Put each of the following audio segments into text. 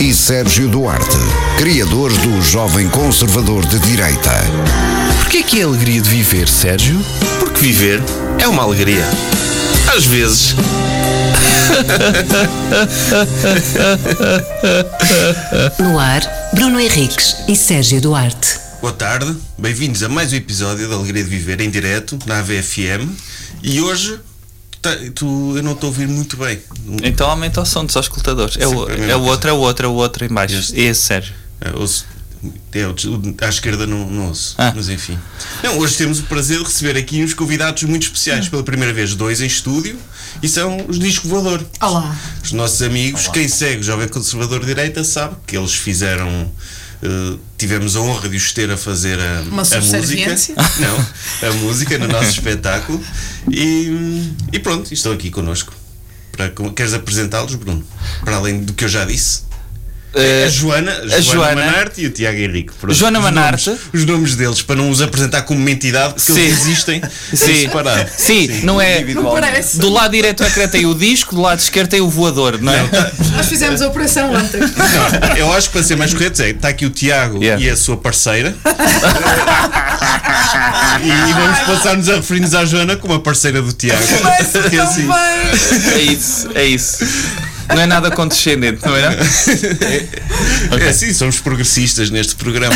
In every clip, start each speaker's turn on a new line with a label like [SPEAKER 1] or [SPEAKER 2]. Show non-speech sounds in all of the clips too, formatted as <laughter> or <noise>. [SPEAKER 1] e Sérgio Duarte, criadores do Jovem Conservador de Direita.
[SPEAKER 2] Porquê que é a alegria de viver, Sérgio?
[SPEAKER 3] Porque viver é uma alegria. Às vezes.
[SPEAKER 4] No ar, Bruno Henriques e Sérgio Duarte.
[SPEAKER 3] Boa tarde, bem-vindos a mais um episódio da Alegria de Viver em direto na AVFM. E hoje tá- tu, eu não estou a ouvir muito bem.
[SPEAKER 5] Então aumenta o som dos auscultadores. É o,
[SPEAKER 3] Sim,
[SPEAKER 5] é o outro, é o outro, é o outro em baixo.
[SPEAKER 3] Este.
[SPEAKER 5] Esse, Sérgio.
[SPEAKER 3] Ah, ouço- é, o- o- à esquerda não, não ouço,
[SPEAKER 5] Ah.
[SPEAKER 3] mas enfim. Não, hoje temos o prazer de receber aqui uns convidados muito especiais,
[SPEAKER 6] Hum.
[SPEAKER 3] pela primeira vez dois em estúdio, e são os Disco Voador.
[SPEAKER 6] Olá.
[SPEAKER 3] Os nossos amigos, quem segue o Jovem Conservador de Direita sabe que eles fizeram. eh, tivemos a honra de os ter a fazer a,
[SPEAKER 6] Uma
[SPEAKER 3] a música.
[SPEAKER 6] subserviência?
[SPEAKER 3] <laughs> Não, a música no
[SPEAKER 6] <laughs>
[SPEAKER 3] nosso espetáculo. E, e pronto, estão aqui connosco. Para, queres apresentá-los, Bruno? Para além do que eu já disse. A É.
[SPEAKER 5] Eh,
[SPEAKER 3] Joana, a Joana,
[SPEAKER 5] Joana.
[SPEAKER 3] Manarte e o Tiago Henrique. Pronto.
[SPEAKER 5] Joana
[SPEAKER 3] Os
[SPEAKER 5] Manarte.
[SPEAKER 3] nomes- Os nomes deles, para não os apresentar como uma entidade, porque
[SPEAKER 5] Sim.
[SPEAKER 3] eles
[SPEAKER 5] <laughs>
[SPEAKER 3] existem
[SPEAKER 5] Sim.
[SPEAKER 3] separado.
[SPEAKER 5] Sim, não é.
[SPEAKER 3] individualmente.
[SPEAKER 6] Não parece.
[SPEAKER 5] Do lado direito do ecrã tem o disco, do lado esquerdo tem o voador, não é?
[SPEAKER 6] Nós fizemos a operação ontem.
[SPEAKER 3] Não, eu acho que para ser mais correto é está aqui o Tiago
[SPEAKER 5] Yeah.
[SPEAKER 3] e a sua parceira. <laughs> e, e vamos passar-nos a referir-nos à Joana como a parceira do Tiago.
[SPEAKER 6] Mas
[SPEAKER 3] Porque
[SPEAKER 6] tão
[SPEAKER 3] assim,
[SPEAKER 6] bem.
[SPEAKER 5] É isso, é isso. Não é nada condescendente, não é?
[SPEAKER 3] é assim, somos progressistas neste programa.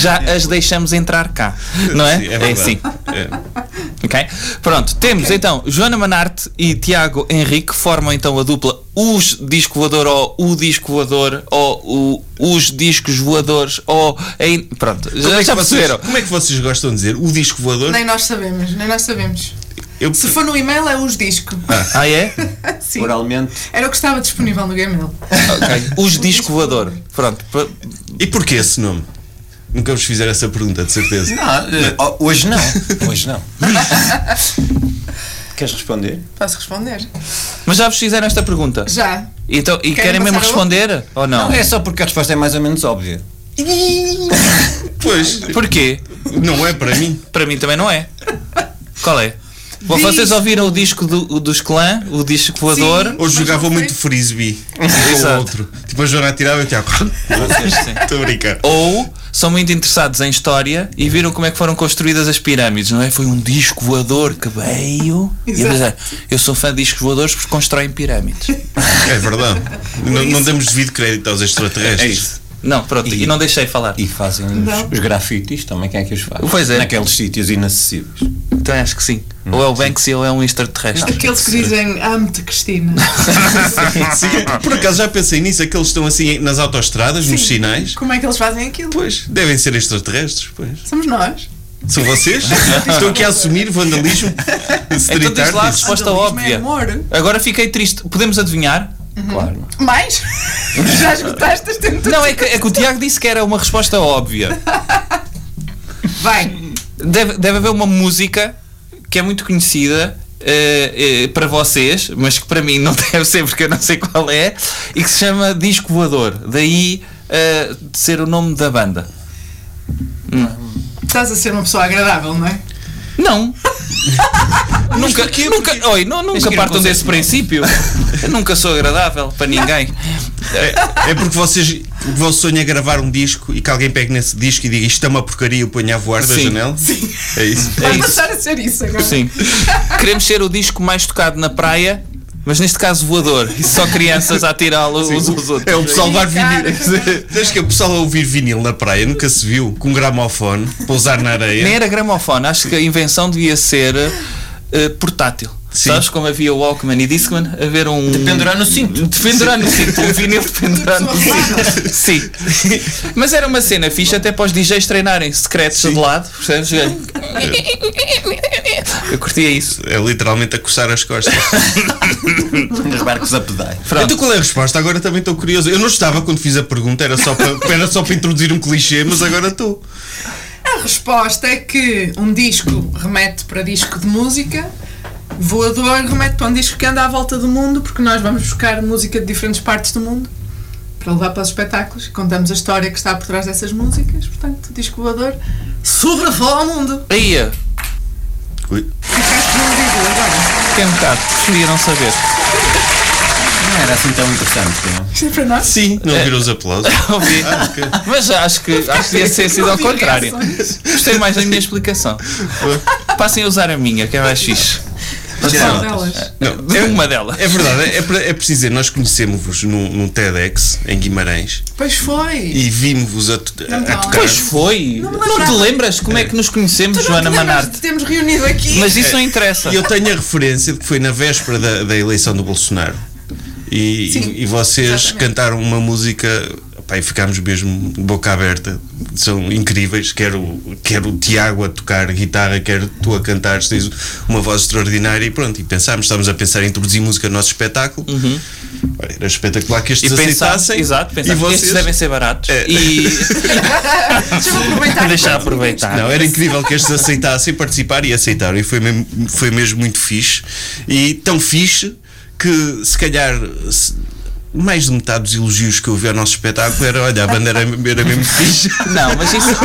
[SPEAKER 5] Já as deixamos entrar cá, não é?
[SPEAKER 3] Sim, verdade.
[SPEAKER 5] assim.
[SPEAKER 3] É.
[SPEAKER 5] Ok? Pronto, temos então Joana Manarte e Tiago Henrique formam então a dupla Os Disco Voador ou O Disco Voador ou o, Os Discos Voadores ou. Em, pronto,
[SPEAKER 3] Como,
[SPEAKER 5] já,
[SPEAKER 3] é que
[SPEAKER 5] já
[SPEAKER 3] vocês,
[SPEAKER 5] perceberam.
[SPEAKER 3] como é que vocês gostam de dizer? O disco voador?
[SPEAKER 6] Nem nós sabemos, nem nós sabemos.
[SPEAKER 3] Eu,
[SPEAKER 6] Se for no e-mail, é os disco.
[SPEAKER 5] Ah, é?
[SPEAKER 6] <laughs> Sim.
[SPEAKER 7] Oralmente,
[SPEAKER 6] Era o que estava disponível no Gmail.
[SPEAKER 5] Ok. Os Disco Voador. Pronto, p-
[SPEAKER 3] E porquê esse nome? Nunca vos fizeram essa pergunta, de certeza.
[SPEAKER 7] não, eh, oh, hoje não. Hoje não. Queres responder?
[SPEAKER 6] Posso responder?
[SPEAKER 5] mas já vos fizeram esta pergunta.
[SPEAKER 6] Já.
[SPEAKER 5] Então, e querem,
[SPEAKER 6] Querem
[SPEAKER 5] mesmo
[SPEAKER 6] passar a
[SPEAKER 5] responder ou não?
[SPEAKER 7] É só porque a resposta é mais ou menos óbvia.
[SPEAKER 3] Pois,
[SPEAKER 5] Porquê?
[SPEAKER 3] não é para mim.
[SPEAKER 5] Para mim também não é. Qual é? Bom,
[SPEAKER 6] Diz.
[SPEAKER 5] vocês ouviram o disco do- dos clã, o disco voador?
[SPEAKER 6] Sim.
[SPEAKER 3] Hoje
[SPEAKER 6] Mas
[SPEAKER 3] jogava
[SPEAKER 6] não foi.
[SPEAKER 3] muito frisbee.
[SPEAKER 5] Exato.
[SPEAKER 3] Ou outro. Tipo, a Joana atirava e o Tiago. <laughs> Estou a brincar.
[SPEAKER 5] ou são muito interessados em história e viram como é que foram construídas as pirâmides, não é? Foi um disco voador que veio. E
[SPEAKER 6] Exato.
[SPEAKER 5] eles, "Ah, eu sou fã de discos voadores porque constroem pirâmides.
[SPEAKER 3] É verdade. não, não damos devido crédito aos
[SPEAKER 7] É
[SPEAKER 3] extraterrestres.
[SPEAKER 5] É Não, pronto, e,
[SPEAKER 7] E-
[SPEAKER 5] não deixei falar.
[SPEAKER 7] E fazem os,
[SPEAKER 6] Não.
[SPEAKER 7] os grafitis também, quem é que os faz?
[SPEAKER 5] Pois é.
[SPEAKER 7] Naqueles sítios inacessíveis.
[SPEAKER 5] Então acho que sim. Ou é o Banksy ou é um extraterrestre.
[SPEAKER 6] Aqueles que dizem amo-te, Cristina.
[SPEAKER 3] <laughs> Sim, é. por acaso já pensei nisso, aqueles que estão assim nas autoestradas, nos sinais.
[SPEAKER 6] Como é que eles fazem aquilo?
[SPEAKER 3] Pois, devem ser extraterrestres, pois.
[SPEAKER 6] Somos nós.
[SPEAKER 3] São vocês? Estão aqui a assumir vandalismo?
[SPEAKER 5] Então
[SPEAKER 3] Street
[SPEAKER 5] diz lá a
[SPEAKER 3] artists?
[SPEAKER 5] resposta
[SPEAKER 6] Vandalismo é
[SPEAKER 5] óbvia.
[SPEAKER 6] amor.
[SPEAKER 5] Agora fiquei triste. Podemos adivinhar?
[SPEAKER 7] Claro.
[SPEAKER 6] Mais? <laughs> Já esgotaste as tentativas?
[SPEAKER 5] Não, é que, é que o Tiago disse que era uma resposta óbvia.
[SPEAKER 6] Vai.
[SPEAKER 5] Deve, deve haver uma música que é muito conhecida eh, eh, para vocês, mas que para mim não <laughs> deve ser porque eu não sei qual é, e que se chama Disco Voador. Daí eh, de ser o nome da banda.
[SPEAKER 6] Estás a ser uma pessoa agradável, não é?
[SPEAKER 5] Não! nunca, nunca, oi, não, nunca
[SPEAKER 7] que ir a um
[SPEAKER 5] partam desse princípio. Eu nunca sou agradável para ninguém.
[SPEAKER 3] É, é porque vocês. O vosso sonho é gravar um disco e que alguém pegue nesse disco e diga isto é uma porcaria e o ponha a voar da
[SPEAKER 5] Sim.
[SPEAKER 3] janela? Sim. É isso.
[SPEAKER 6] Vai
[SPEAKER 5] isso.
[SPEAKER 6] passar a ser isso agora.
[SPEAKER 5] Sim. Queremos ser o disco mais tocado na praia, mas neste caso voador. E só crianças a tirá-lo uns aos outros.
[SPEAKER 3] É o pessoal levar
[SPEAKER 6] Cara,
[SPEAKER 3] vinil. <laughs> Desde que o pessoal a ouvir vinil na praia nunca se viu com um gramofone pousar na
[SPEAKER 5] Nem
[SPEAKER 3] areia.
[SPEAKER 5] era gramofone, acho que a invenção devia ser eh, portátil.
[SPEAKER 3] Sim.
[SPEAKER 5] Sabes como havia o Walkman e Discman? Haver um.
[SPEAKER 7] Pendurar no cinto.
[SPEAKER 5] De pendurar no cinto, um vinil de pendurar no cinto. Sim. Mas era uma cena fixe até para os DJs treinarem secretos de lado, percebes? Eu curtia isso.
[SPEAKER 3] É literalmente a coçar as costas.
[SPEAKER 7] Os barcos a pedais.
[SPEAKER 3] Então qual é a resposta? Agora também estou curioso. Eu não estava quando fiz a pergunta, era só para, era só para introduzir um clichê, mas agora estou.
[SPEAKER 6] A resposta é que um disco remete para disco de música, voador remete para um disco que anda à volta do mundo, porque nós vamos buscar música de diferentes partes do mundo para levar para os espetáculos, contamos a história que está por trás dessas músicas, portanto, disco voador sobrevoa o mundo.
[SPEAKER 5] Aí,
[SPEAKER 3] Ui.
[SPEAKER 6] Ficaste no ouvido agora.
[SPEAKER 5] tem um bocado, preferia não saber.
[SPEAKER 7] Não era assim tão interessante, não é?
[SPEAKER 6] Isto é para nós?
[SPEAKER 3] Sim, não ouviram os aplausos?
[SPEAKER 5] Ouvi.
[SPEAKER 3] Ah, ok.
[SPEAKER 5] Mas acho que acho que devia ser sido ao
[SPEAKER 6] Não vi
[SPEAKER 5] contrário. Gostei mais da minha explicação. Passem a usar a minha, que é mais fixe.
[SPEAKER 7] Mas
[SPEAKER 6] Qual
[SPEAKER 7] não,
[SPEAKER 6] delas?
[SPEAKER 3] Não, é-
[SPEAKER 5] Uma delas.
[SPEAKER 3] É verdade, é, é, pra- é preciso dizer, nós conhecemos-vos num, num TEDx em Guimarães
[SPEAKER 6] Pois foi.
[SPEAKER 3] e vimos-vos a, to- a-
[SPEAKER 6] Não
[SPEAKER 3] a
[SPEAKER 6] tá.
[SPEAKER 3] tocar.
[SPEAKER 5] Pois foi.
[SPEAKER 6] Não me
[SPEAKER 5] Não te
[SPEAKER 6] lembrava.
[SPEAKER 5] lembras como é que nos conhecemos,
[SPEAKER 6] Tu não te
[SPEAKER 5] Joana
[SPEAKER 6] lembras
[SPEAKER 5] Manarte?
[SPEAKER 6] de termos reunido aqui?
[SPEAKER 5] Mas isso não interessa.
[SPEAKER 3] E eu tenho a referência de que foi na véspera da, da eleição do Bolsonaro. E,
[SPEAKER 6] Sim,
[SPEAKER 3] e vocês
[SPEAKER 6] exatamente.
[SPEAKER 3] cantaram uma música pá, e ficámos mesmo de boca aberta. São incríveis. Quero, quero o Tiago a tocar guitarra, quero tu a cantar. Tens uma voz extraordinária. E pronto, e pensámos, estávamos a pensar em introduzir música no nosso espetáculo. Olha, Era espetacular que estes
[SPEAKER 5] Uhum. E pensámos,
[SPEAKER 3] aceitassem.
[SPEAKER 5] exato,
[SPEAKER 3] e
[SPEAKER 5] pensámos,
[SPEAKER 3] vocês.
[SPEAKER 5] estes devem ser baratos.
[SPEAKER 3] É.
[SPEAKER 5] E
[SPEAKER 6] Deixa eu aproveitar.
[SPEAKER 5] deixar aproveitar.
[SPEAKER 3] Não, era incrível que
[SPEAKER 5] <laughs>
[SPEAKER 3] estes aceitassem participar e aceitaram. E foi mesmo, foi mesmo muito fixe. E tão fixe que, se calhar, se- mais de metade dos elogios que eu vi ao nosso espetáculo era: olha, a banda era, era
[SPEAKER 5] <laughs>
[SPEAKER 3] mesmo fixe.
[SPEAKER 5] Não, mas isso.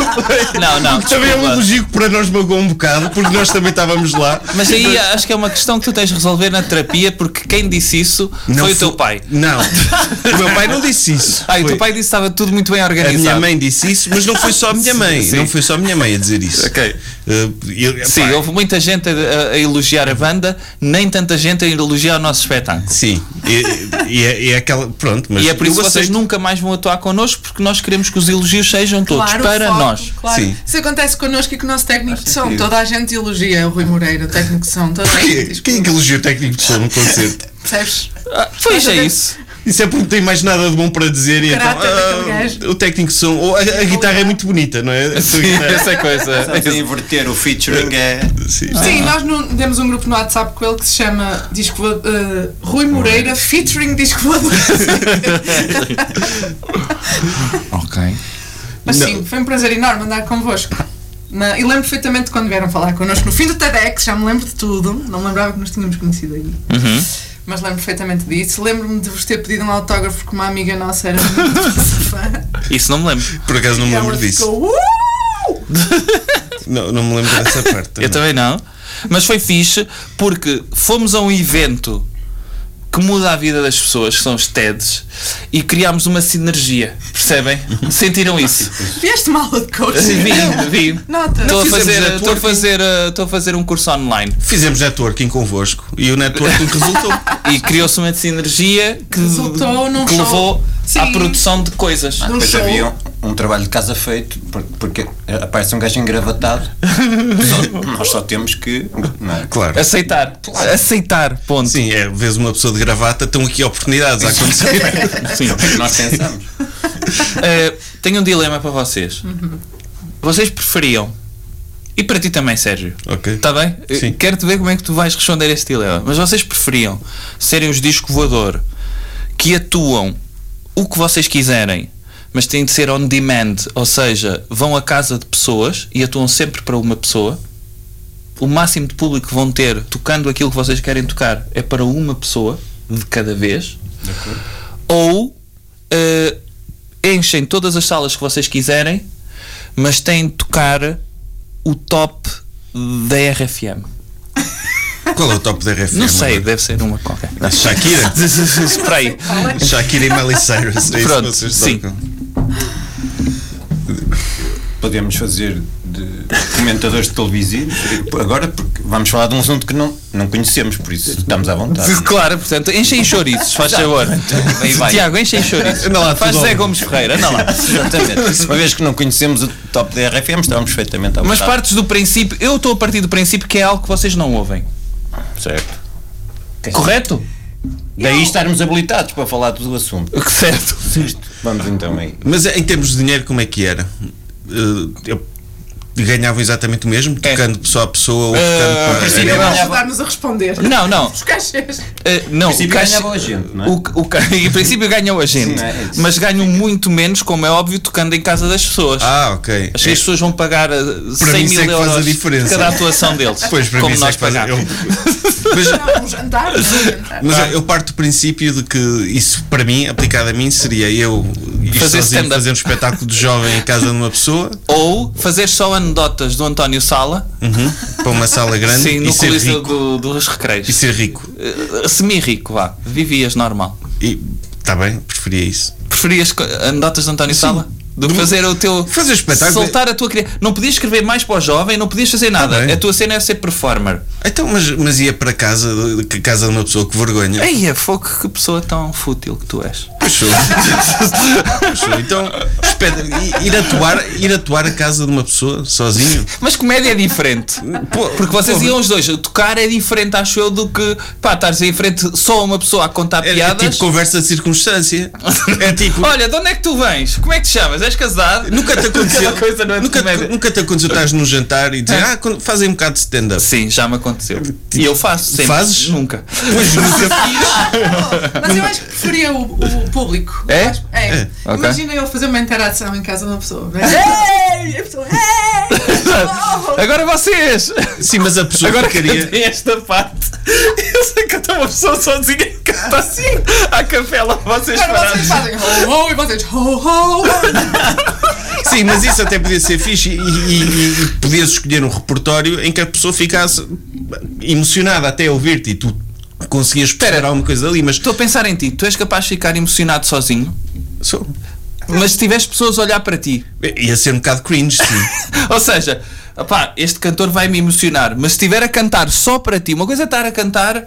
[SPEAKER 5] Não, não.
[SPEAKER 3] Também é um
[SPEAKER 5] desculpa.
[SPEAKER 3] elogio que para nós magoou um bocado, porque nós também estávamos lá.
[SPEAKER 5] Mas aí acho que é uma questão que tu tens de resolver na terapia, porque quem disse isso
[SPEAKER 3] Não
[SPEAKER 5] foi o
[SPEAKER 3] fu-
[SPEAKER 5] teu pai. <laughs>
[SPEAKER 3] Não, o meu pai não disse isso.
[SPEAKER 5] Ah, e o
[SPEAKER 3] Foi-
[SPEAKER 5] teu pai disse que estava tudo muito bem
[SPEAKER 3] A
[SPEAKER 5] organizado.
[SPEAKER 3] minha mãe disse isso, mas não foi só a minha mãe.
[SPEAKER 5] Sim.
[SPEAKER 3] Não foi só a minha mãe a dizer isso.
[SPEAKER 5] Ok.
[SPEAKER 3] Eh, eu-
[SPEAKER 5] Sim,
[SPEAKER 3] pá,
[SPEAKER 5] houve muita gente a, a elogiar a banda, nem tanta gente a elogiar o nosso espetáculo.
[SPEAKER 3] Sim, e, e é, e é aquela. Pronto, mas
[SPEAKER 5] E é por isso
[SPEAKER 3] eu
[SPEAKER 5] que vocês
[SPEAKER 3] aceito.
[SPEAKER 5] nunca mais vão atuar connosco, porque nós queremos que os elogios sejam todos
[SPEAKER 6] Claro,
[SPEAKER 5] para
[SPEAKER 6] foco,
[SPEAKER 5] nós.
[SPEAKER 6] Claro.
[SPEAKER 3] Sim. é
[SPEAKER 6] Isso acontece connosco e com o nosso técnico de som.
[SPEAKER 7] sentido.
[SPEAKER 6] Toda a gente elogia o Rui Moreira, o técnico de som. Toda a gente
[SPEAKER 3] Quem,
[SPEAKER 6] diz que
[SPEAKER 3] quem é que elogia o técnico de som no concerto?
[SPEAKER 6] percebes?
[SPEAKER 5] Ah, pois é
[SPEAKER 6] até-
[SPEAKER 5] isso. <laughs>
[SPEAKER 3] Isso é porque não tem mais nada de bom para dizer e então,
[SPEAKER 6] Caráter daquele
[SPEAKER 3] ah,
[SPEAKER 6] gajo.
[SPEAKER 3] o técnico de som, ou a, a guitarra é muito bonita, não é? A sua
[SPEAKER 5] Sim,
[SPEAKER 3] guitarra-
[SPEAKER 5] essa coisa.
[SPEAKER 7] Estamos a inverter o featuring é.
[SPEAKER 3] Sim.
[SPEAKER 6] Sim, nós no- temos um grupo no WhatsApp com ele que se chama Disco Voa- eh, Rui Moreira featuring Disco
[SPEAKER 3] <laughs>
[SPEAKER 6] Voador.
[SPEAKER 5] Ok.
[SPEAKER 6] Mas
[SPEAKER 3] Não.
[SPEAKER 6] sim, foi um prazer enorme andar convosco. Na- e lembro perfeitamente quando vieram falar connosco no fim do TEDx, já me lembro de tudo, não me lembrava que nos tínhamos conhecido aí.
[SPEAKER 5] Uhum.
[SPEAKER 6] Mas lembro perfeitamente disso. Lembro-me de vos ter pedido um autógrafo porque uma amiga nossa era muito <laughs> vossa fã.
[SPEAKER 5] Isso não me lembro.
[SPEAKER 3] Por acaso não
[SPEAKER 6] E
[SPEAKER 3] me
[SPEAKER 6] ela
[SPEAKER 3] lembro disso.
[SPEAKER 6] ficou, "Uh!"
[SPEAKER 3] Não, não me lembro <laughs> dessa parte.
[SPEAKER 5] Eu também não. Mas foi fixe porque fomos a um evento que muda a vida das pessoas, que são os TEDs, e criámos uma sinergia.
[SPEAKER 3] <laughs>
[SPEAKER 5] Percebem? Sentiram isso?
[SPEAKER 6] Vieste mal de
[SPEAKER 5] Sim,
[SPEAKER 6] coaching.
[SPEAKER 5] vi, vi.
[SPEAKER 6] Nota.
[SPEAKER 5] Estou
[SPEAKER 3] Não
[SPEAKER 5] a
[SPEAKER 3] fizemos
[SPEAKER 5] fazer,
[SPEAKER 3] networking.
[SPEAKER 5] estou a fazer, eh, estou a fazer um curso online
[SPEAKER 3] Fizemos networking convosco e o networking resultou.
[SPEAKER 5] e criou-se uma sinergia que,
[SPEAKER 6] Resultou num
[SPEAKER 5] que
[SPEAKER 6] show.
[SPEAKER 5] levou à
[SPEAKER 6] Sim.
[SPEAKER 5] produção de coisas.
[SPEAKER 6] Num
[SPEAKER 7] Depois
[SPEAKER 6] show.
[SPEAKER 7] havia um, um trabalho de casa feito, por- porque aparece um gajo <laughs> engravatado. Só- nós só temos que. Não é?
[SPEAKER 3] Claro.
[SPEAKER 5] Aceitar, aceitar, ponto.
[SPEAKER 3] Sim, é, vês uma pessoa de gravata, estão aqui oportunidades a acontecer.
[SPEAKER 5] Sim.
[SPEAKER 7] É o que nós pensamos.
[SPEAKER 5] Eh, tenho um dilema para vocês. Vocês preferiam, e para ti também, Sérgio,
[SPEAKER 3] ok.
[SPEAKER 5] Está bem?
[SPEAKER 3] Sim.
[SPEAKER 5] Eh, Quero-te ver como é que tu vais responder a este dilema. Mas vocês preferiam serem os disco voador que atuam o que vocês quiserem, mas têm de ser on demand, ou seja, vão à casa de pessoas e atuam sempre para uma pessoa. O máximo de público que vão ter tocando aquilo que vocês querem tocar é para uma pessoa de cada vez. Ou eh, enchem todas as salas que vocês quiserem, mas têm de tocar o top da RFM.
[SPEAKER 3] Qual é o top da RFM?
[SPEAKER 5] Não sei,
[SPEAKER 3] agora?
[SPEAKER 5] deve ser uma qualquer.
[SPEAKER 3] Shakira?
[SPEAKER 5] <laughs> Espera aí.
[SPEAKER 3] Shakira e Miley Cyrus. É isso
[SPEAKER 5] Pronto,
[SPEAKER 3] que vocês
[SPEAKER 5] sim.
[SPEAKER 3] tocam.
[SPEAKER 7] Podemos fazer de comentadores de televisivos agora, porque vamos falar de um assunto que não, não conhecemos, por isso estamos à vontade.
[SPEAKER 5] Claro, portanto, enchem chouriços, faz favor.
[SPEAKER 7] Então, Aí vai.
[SPEAKER 5] Tiago, enchem chouriços.
[SPEAKER 3] Anda lá,
[SPEAKER 5] faz
[SPEAKER 3] tudo
[SPEAKER 5] Zé
[SPEAKER 3] bem.
[SPEAKER 5] Gomes Ferreira, anda lá.
[SPEAKER 7] Exatamente. Uma vez que não conhecemos o top da RFM, estávamos perfeitamente à
[SPEAKER 5] Mas
[SPEAKER 7] vontade.
[SPEAKER 5] partes do princípio, eu estou a partir do princípio que é algo que vocês não ouvem.
[SPEAKER 7] Certo.
[SPEAKER 5] Correto?
[SPEAKER 7] Daí estarmos habilitados para falar do assunto.
[SPEAKER 5] Certo.
[SPEAKER 7] Vamos então aí.
[SPEAKER 3] Mas em termos de dinheiro, como é que era? Eh, Eu ganhavam exatamente o mesmo,
[SPEAKER 5] É.
[SPEAKER 3] tocando pessoa a pessoa ou
[SPEAKER 5] Eh,
[SPEAKER 3] tocando para-
[SPEAKER 7] princípio
[SPEAKER 3] era-
[SPEAKER 6] Ela
[SPEAKER 7] ganhava-
[SPEAKER 6] ajudar-nos a responder.
[SPEAKER 5] Não, não.
[SPEAKER 6] Os cachês.
[SPEAKER 5] eh, não,
[SPEAKER 7] princípio
[SPEAKER 5] o caixa-
[SPEAKER 7] ganhava a gente, não é?
[SPEAKER 5] o, o ca- <laughs> em princípio ganham a gente,
[SPEAKER 7] Sim, é isso.
[SPEAKER 5] mas ganham muito menos, como é óbvio, tocando em casa das pessoas.
[SPEAKER 3] Ah, ok.
[SPEAKER 5] Acho que as
[SPEAKER 3] É,
[SPEAKER 5] pessoas vão pagar eh, 100
[SPEAKER 3] mim isso
[SPEAKER 5] mil
[SPEAKER 3] é que faz a
[SPEAKER 5] euros
[SPEAKER 3] diferença.
[SPEAKER 5] cada atuação deles.
[SPEAKER 3] Pois, para
[SPEAKER 5] como
[SPEAKER 3] mim, isso é
[SPEAKER 5] nós
[SPEAKER 3] que faz-
[SPEAKER 5] pagamos.
[SPEAKER 3] eu- mas,
[SPEAKER 6] Não, um jantar, um jantar.
[SPEAKER 3] mas eu parto do princípio de que isso, para mim, aplicado a mim, seria eu ir sozinho,
[SPEAKER 5] Fazer stand-up.
[SPEAKER 3] fazer um espetáculo de jovem em casa de uma pessoa,
[SPEAKER 5] Ou fazer só anedotas do António Sala
[SPEAKER 3] uhum, para uma sala grande
[SPEAKER 5] sim,
[SPEAKER 3] e,
[SPEAKER 5] no
[SPEAKER 3] ser
[SPEAKER 5] Coliseu
[SPEAKER 3] rico, é-
[SPEAKER 5] do, dos
[SPEAKER 3] e
[SPEAKER 5] Recreios.
[SPEAKER 3] ser rico.
[SPEAKER 5] Eh, Semi-rico, vá. Vivias normal.
[SPEAKER 3] E está bem, preferia isso.
[SPEAKER 5] Preferias co- anedotas de António Sala? Do que fazer o teu.
[SPEAKER 3] Fazer espetáculo. Tá
[SPEAKER 5] Soltar a tua cria- Não podias escrever mais para o jovem, não podias fazer nada.
[SPEAKER 3] bem.
[SPEAKER 5] a tua cena é ser performer.
[SPEAKER 3] Então, mas, mas ia para casa, de- que- casa de uma pessoa que vergonha.
[SPEAKER 5] Ei, é fogo, que pessoa tão fútil que tu és.
[SPEAKER 3] Pois <laughs> sou. Pois sou. Então, espera, i- ir atuar, ir atuar a casa de uma pessoa sozinho.
[SPEAKER 5] Mas comédia é diferente.
[SPEAKER 3] Pô,
[SPEAKER 5] Porque vocês
[SPEAKER 3] pô,
[SPEAKER 5] iam os dois. Tocar é diferente, acho eu, do que pá, estares aí em frente só a uma pessoa a contar
[SPEAKER 3] é, é
[SPEAKER 5] piadas.
[SPEAKER 3] tipo conversa de circunstância. É tipo.
[SPEAKER 5] Olha, de onde é que tu vens? Como é que te chamas? És casado?
[SPEAKER 3] Nunca te aconteceu.
[SPEAKER 5] <laughs> Aquela coisa não é de
[SPEAKER 3] nunca,
[SPEAKER 5] comédia.
[SPEAKER 3] te, nunca te aconteceu estás num jantar e dizer,
[SPEAKER 5] É.
[SPEAKER 3] ah, quando- fazem um bocado de stand-up.
[SPEAKER 5] Sim, já me aconteceu. E eu faço. Sempre.
[SPEAKER 3] Tipo, Fazes?
[SPEAKER 5] Nunca.
[SPEAKER 3] Pois
[SPEAKER 5] é
[SPEAKER 3] nunca fiz.
[SPEAKER 6] Mas eu acho que preferia o, o público.
[SPEAKER 5] É?
[SPEAKER 6] Eu acho- É.
[SPEAKER 5] Ok.
[SPEAKER 6] Imagina eu fazer uma interação em casa de uma pessoa.
[SPEAKER 5] <laughs>
[SPEAKER 6] né? Ei! A pessoa, ei!
[SPEAKER 5] Agora vocês!
[SPEAKER 3] Sim, mas a pessoa
[SPEAKER 5] Agora
[SPEAKER 3] ficaria.
[SPEAKER 5] cantei esta parte. Eu sei que eu estou uma pessoa sozinha que canta assim à capela. Vocês
[SPEAKER 6] Agora
[SPEAKER 5] pararam.
[SPEAKER 6] vocês fazem ho ho e vocês ho ho.
[SPEAKER 3] Sim, mas isso até podia ser fixe e, e- e- e podias escolher um repertório em que a pessoa ficasse emocionada até ouvir-te e tu conseguias perceber alguma coisa ali, mas
[SPEAKER 5] Estou a pensar em ti. Tu és capaz de ficar emocionado sozinho,
[SPEAKER 3] sou-
[SPEAKER 5] mas se tiveres pessoas a olhar para ti.
[SPEAKER 3] ia ser um bocado cringe, sim.
[SPEAKER 5] Ou seja, opá, este cantor vai me emocionar, mas se estiver a cantar só para ti, uma coisa é estar a cantar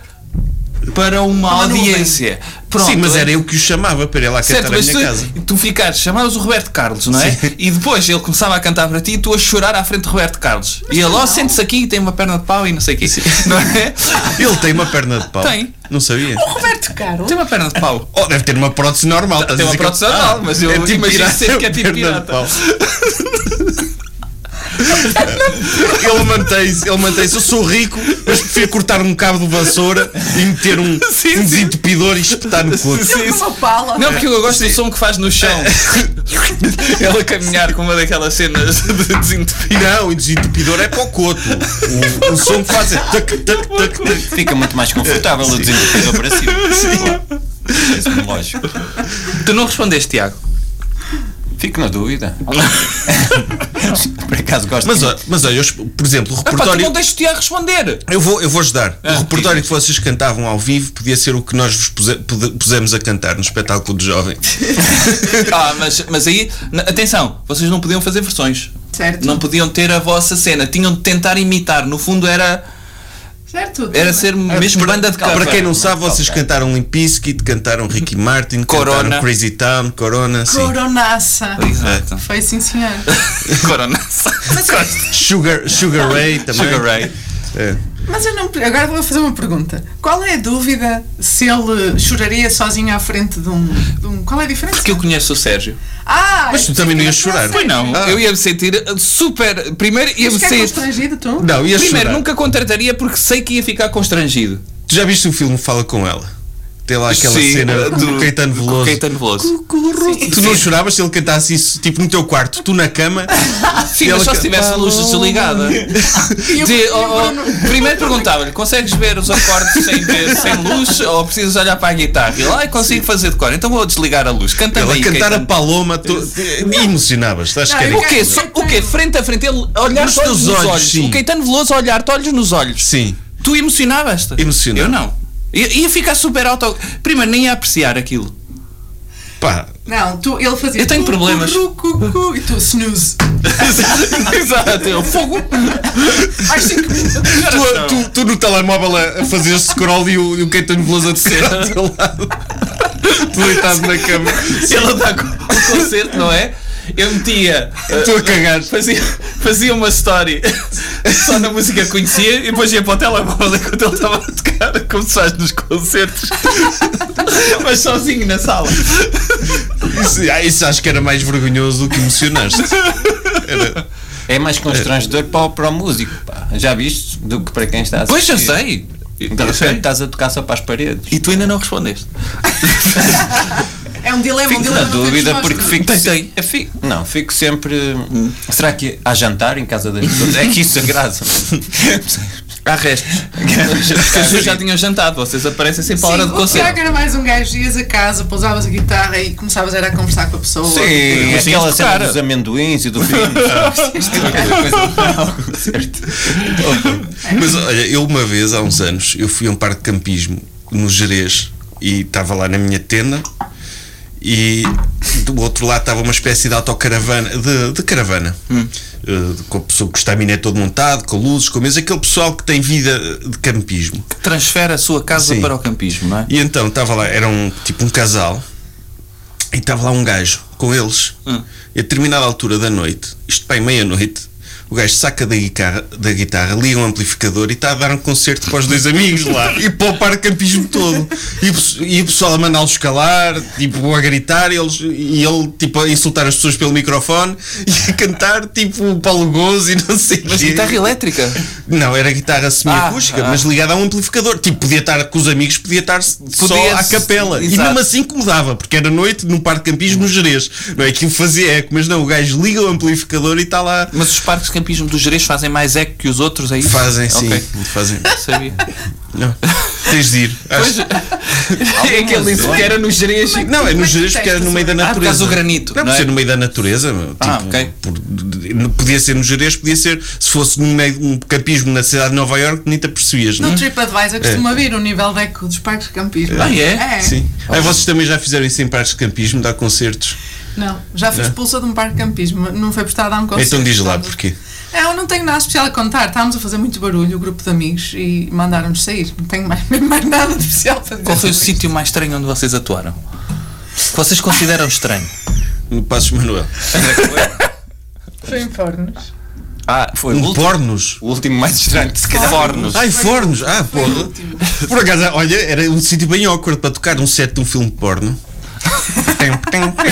[SPEAKER 5] para uma,
[SPEAKER 6] Uma nuvem.
[SPEAKER 5] audiência. Pronto,
[SPEAKER 3] sim, mas
[SPEAKER 5] é-
[SPEAKER 3] era eu que o chamava para ir lá
[SPEAKER 5] Certo,
[SPEAKER 3] cantar a
[SPEAKER 5] mas
[SPEAKER 3] minha
[SPEAKER 5] tu,
[SPEAKER 3] casa.
[SPEAKER 5] tu ficares, chamavas o Roberto Carlos, não é?
[SPEAKER 3] Sim.
[SPEAKER 5] E depois ele começava a cantar para ti e tu a chorar à frente de Roberto Carlos. e ele, ó, sente-se aqui, tem uma perna de pau e não sei o quê. Não é?
[SPEAKER 3] Ele tem uma perna de pau.
[SPEAKER 5] Tem.
[SPEAKER 3] Não sabia.
[SPEAKER 6] Roberto Carlos.
[SPEAKER 5] Tem uma perna de pau.
[SPEAKER 3] Oh, deve ter uma prótese normal. estás a
[SPEAKER 5] Tem uma
[SPEAKER 3] dizer que- é
[SPEAKER 5] prótese anal, mas eu imagino
[SPEAKER 3] pirata,
[SPEAKER 5] sempre que é tipo
[SPEAKER 3] perna de
[SPEAKER 5] pirata.
[SPEAKER 3] pau. ele mantém-se, ele mantém-se. Eu sou rico, mas prefiro cortar um cabo de vassoura e meter um,
[SPEAKER 5] Sim,
[SPEAKER 3] um
[SPEAKER 5] sim.
[SPEAKER 3] desentupidor e espetar no coto.
[SPEAKER 6] Ele com uma pala.
[SPEAKER 5] Não, porque eu gosto do som que faz
[SPEAKER 3] <laughs>
[SPEAKER 5] no chão. ele a caminhar com uma daquelas cenas de desentupir.
[SPEAKER 3] Não, o desentupidor é para o coto. O, o som que faz é tac, tac, tac, tac.
[SPEAKER 7] Fica muito mais confortável a desentupidor para si. Sim. Parece-me é lógico.
[SPEAKER 5] Tu não respondeste, Tiago.
[SPEAKER 7] Fico na dúvida. Por acaso gosto.
[SPEAKER 3] Mas,
[SPEAKER 7] muito.
[SPEAKER 3] ó- mas olha, eu es- por exemplo, o
[SPEAKER 5] Epá, Ah, tu não
[SPEAKER 3] repertório.
[SPEAKER 5] deixas o Tiago responder.
[SPEAKER 3] Eu vou, eu vou ajudar.
[SPEAKER 5] Ah,
[SPEAKER 3] o repertório que vocês cantavam ao vivo podia ser o que nós vos puse- pude- pusemos a cantar no espetáculo de jovem.
[SPEAKER 5] Ah, mas, mas aí, n- atenção, vocês não podiam fazer versões.
[SPEAKER 6] Certo.
[SPEAKER 5] Não podiam ter a vossa cena, tinham de tentar imitar. No fundo era,
[SPEAKER 6] Certo?
[SPEAKER 5] era ser mesmo banda de
[SPEAKER 3] Ah, Para,
[SPEAKER 5] cover.
[SPEAKER 3] quem não sabe, vocês cantaram Limpiskit, cantaram Ricky Martin,
[SPEAKER 5] Corona.
[SPEAKER 3] cantaram Crazy Town, Corona, sim.
[SPEAKER 6] Coronaça.
[SPEAKER 5] Exato.
[SPEAKER 3] Ah, tá.
[SPEAKER 6] Foi sim, senhor.
[SPEAKER 5] <laughs> Corona.
[SPEAKER 3] Sugar, Sugar Ray também.
[SPEAKER 5] Sugar Ray.
[SPEAKER 3] É.
[SPEAKER 6] Mas eu não. Agora vou fazer uma pergunta. Qual é a dúvida se ele choraria sozinho à frente de um. de um- qual é a diferença?
[SPEAKER 5] Porque eu conheço o Sérgio.
[SPEAKER 6] Ah!
[SPEAKER 3] Mas tu também não ias chorar.
[SPEAKER 5] Pois não,
[SPEAKER 3] Ah.
[SPEAKER 5] eu ia me sentir uh, super. Primeiro ia me
[SPEAKER 6] Mas que é
[SPEAKER 5] sentir.
[SPEAKER 6] constrangido, tu?
[SPEAKER 3] Não, ias
[SPEAKER 5] Primeiro
[SPEAKER 3] chorar.
[SPEAKER 5] nunca contrataria porque sei que ia ficar constrangido.
[SPEAKER 3] Tu já viste o filme Fala Com Ela? Tem lá aquela cena do, Caetano
[SPEAKER 5] uh, do
[SPEAKER 3] Veloso.
[SPEAKER 5] Caetano Veloso.
[SPEAKER 3] Tu não choravas se ele cantasse isso, tipo no teu quarto, tu na
[SPEAKER 5] <laughs>
[SPEAKER 3] cama.
[SPEAKER 5] Sim, mas
[SPEAKER 3] Ela
[SPEAKER 5] só
[SPEAKER 3] que-
[SPEAKER 5] se tivesse a luz desligada.
[SPEAKER 6] E eu-
[SPEAKER 5] De-
[SPEAKER 6] e o
[SPEAKER 5] oh, oh,
[SPEAKER 6] Bruno-
[SPEAKER 5] primeiro perguntava-lhe: consegues ver os acordes sem, ver, sem
[SPEAKER 6] <laughs>
[SPEAKER 5] luz ou precisas olhar para a guitarra? Ele, ai, consigo fazer de cor, então vou desligar a luz. Canta
[SPEAKER 3] Ela
[SPEAKER 5] aí,
[SPEAKER 3] cantar a
[SPEAKER 5] Caetano.
[SPEAKER 3] Paloma, tu, emocionavas, estás
[SPEAKER 6] Não,
[SPEAKER 3] a
[SPEAKER 6] eu-
[SPEAKER 5] O quê? Só- o quê? Frente a frente, ele olhar
[SPEAKER 3] Nos
[SPEAKER 5] te olhos
[SPEAKER 3] teus
[SPEAKER 5] nos
[SPEAKER 3] olhos,
[SPEAKER 5] olhos.
[SPEAKER 3] sim.
[SPEAKER 5] O Caetano Veloso a olhar-te olhos nos olhos.
[SPEAKER 3] Sim.
[SPEAKER 5] Tu emocionavas-te?
[SPEAKER 3] Emocionava.
[SPEAKER 5] Eu não. Ia, ia ficar super auto. Primeiro, nem ia
[SPEAKER 3] <laughs>
[SPEAKER 5] apreciar aquilo.
[SPEAKER 3] Pá,
[SPEAKER 6] Não, tu, ele fazia.
[SPEAKER 5] Eu tenho
[SPEAKER 6] cu,
[SPEAKER 5] problemas.
[SPEAKER 6] cu, cu, cu, e tu, snooze.
[SPEAKER 5] Exato, eu É fogo.
[SPEAKER 6] Mais 5 minutos.
[SPEAKER 3] tu, tu, tu no telemóvel a, a fazer scroll e o, e o Caetano Veloso a descer ao teu lado. Tu deitado na cama,
[SPEAKER 5] <laughs> Ele dá com o concerto, não é? Eu metia. eh,
[SPEAKER 3] tu a cagar.
[SPEAKER 5] Fazia, fazia uma story só na música que conhecia e depois ia para o telemóvel enquanto ele estava a tocar, como se faz nos concertos, <laughs> mas sozinho na sala.
[SPEAKER 3] Isso, ah, isso acho que era mais vergonhoso do que emocionaste.
[SPEAKER 7] É mais constrangedor para, o- para o músico, pá. Já viste? Do que para quem está a
[SPEAKER 5] Pois
[SPEAKER 7] assistir. Então,
[SPEAKER 5] eu sei.
[SPEAKER 7] De repente estás a tocar só para as paredes.
[SPEAKER 5] Então, E tu ainda não respondeste.
[SPEAKER 6] É um dilema, um
[SPEAKER 7] Fico
[SPEAKER 6] dilema.
[SPEAKER 7] na
[SPEAKER 6] não temos
[SPEAKER 7] dúvida
[SPEAKER 6] nós,
[SPEAKER 7] porque
[SPEAKER 6] tu.
[SPEAKER 7] fico,
[SPEAKER 5] Tem,
[SPEAKER 7] se-
[SPEAKER 5] tem.
[SPEAKER 7] eu fico- Não, fico sempre. hum, Será que há jantar em casa das pessoas? É que isso agrada.
[SPEAKER 5] <laughs> Há restos. Porque as pessoas já tinham jantado, vocês aparecem sempre à hora
[SPEAKER 6] Sim,
[SPEAKER 5] do
[SPEAKER 6] o Tiago
[SPEAKER 5] concerto.
[SPEAKER 6] era mais um gajo, ias a casa, pousavas a guitarra e começavas era a conversar com a pessoa.
[SPEAKER 7] Sim,
[SPEAKER 5] Mas
[SPEAKER 7] aquela
[SPEAKER 5] tens de
[SPEAKER 7] cena
[SPEAKER 5] tocar.
[SPEAKER 7] dos amendoins e do vinho.
[SPEAKER 5] <laughs>
[SPEAKER 3] Mas olha, eu uma vez, há uns anos, eu fui a um parque de campismo no Jerez e estava lá na minha tenda e do outro lado estava uma espécie de autocaravana, de, de caravana, Eh, com a pessoa com o estaminé todo montado, com luzes, com mesa, aquele pessoal que tem vida de campismo.
[SPEAKER 5] Que transfere a sua casa
[SPEAKER 3] Sim.
[SPEAKER 5] para o campismo, não é?
[SPEAKER 3] E então estava lá, era um, tipo um casal, e estava lá um gajo com eles.
[SPEAKER 5] Hum.
[SPEAKER 3] E a determinada altura da noite, isto bem meia-noite, o gajo saca da guitarra, da guitarra, liga um amplificador e está a dar um concerto para os dois
[SPEAKER 5] <laughs>
[SPEAKER 3] amigos lá e para o parcampismo todo. E, o pes- e o pessoal a mandá-los calar, tipo, a gritar, e, eles, e ele tipo, a insultar as pessoas pelo microfone e a cantar tipo o Paulo Gozo e não sei o
[SPEAKER 5] Mas
[SPEAKER 3] quê.
[SPEAKER 5] guitarra elétrica.
[SPEAKER 3] Não, era guitarra semiacústica,
[SPEAKER 5] Ah, ah.
[SPEAKER 3] mas ligada a um amplificador. Tipo, podia estar com os amigos, podia estar só à
[SPEAKER 5] Podia-se,
[SPEAKER 3] capela. E
[SPEAKER 5] exato.
[SPEAKER 3] mesmo assim incomodava, porque era noite num parque de campismo no Jerez. Não é que o fazia eco, mas não, o gajo liga o amplificador e está lá.
[SPEAKER 5] Mas os parques de campismo do Jerez fazem mais eco que os outros, é isso?
[SPEAKER 3] Fazem, sim. É
[SPEAKER 5] Ok,
[SPEAKER 3] Fazem. <laughs>
[SPEAKER 5] Sabia.
[SPEAKER 3] Não. Tens de ir. Acho-
[SPEAKER 5] é que ele disse que era no Jerez.
[SPEAKER 3] Não, é
[SPEAKER 6] Como
[SPEAKER 3] no
[SPEAKER 6] é que
[SPEAKER 3] Jerez porque era
[SPEAKER 6] testas
[SPEAKER 3] no meio da
[SPEAKER 5] o- Ah, por
[SPEAKER 3] natureza.
[SPEAKER 5] causa do granito,
[SPEAKER 3] Não,
[SPEAKER 5] não
[SPEAKER 3] por
[SPEAKER 5] é?
[SPEAKER 3] ser no meio da natureza. meu, Tipo,
[SPEAKER 5] Ah, ok.
[SPEAKER 3] por- de- de- podia ser no Jerez, podia ser. Se fosse no meio de um campismo na cidade de Nova Iorque, nem te apercebias,
[SPEAKER 5] Uhum.
[SPEAKER 3] não é?
[SPEAKER 6] No TripAdvisor costuma vir o nível de eco dos parques de campismo.
[SPEAKER 5] Ah, é?
[SPEAKER 3] Sim. Aí vocês também já fizeram isso em parques de campismo, dar concertos.
[SPEAKER 6] Não, já fui expulsa de um parque de campismo, não foi por estar a dar um concerto.
[SPEAKER 3] Então diz lá porquê.
[SPEAKER 6] É, eu não tenho nada especial a contar. Estávamos a fazer muito barulho, o grupo de amigos, e mandaram-nos sair. Não tenho mais, <laughs> mesmo mais nada de especial para dizer.
[SPEAKER 5] Qual foi o
[SPEAKER 6] sobre
[SPEAKER 5] sítio mais estranho onde vocês atuaram? Que vocês consideram estranho?
[SPEAKER 3] No Passos Manuel.
[SPEAKER 6] isto. Foi em Fornos.
[SPEAKER 5] Ah, foi
[SPEAKER 3] Um pornos?
[SPEAKER 7] O último mais estranho, se calhar.
[SPEAKER 5] Fornos.
[SPEAKER 3] Ai, fornos! Ah, porra! Por acaso, olha, era um sítio bem awkward para tocar um set de um filme porno. Tem- tem-
[SPEAKER 5] <laughs>
[SPEAKER 3] tem.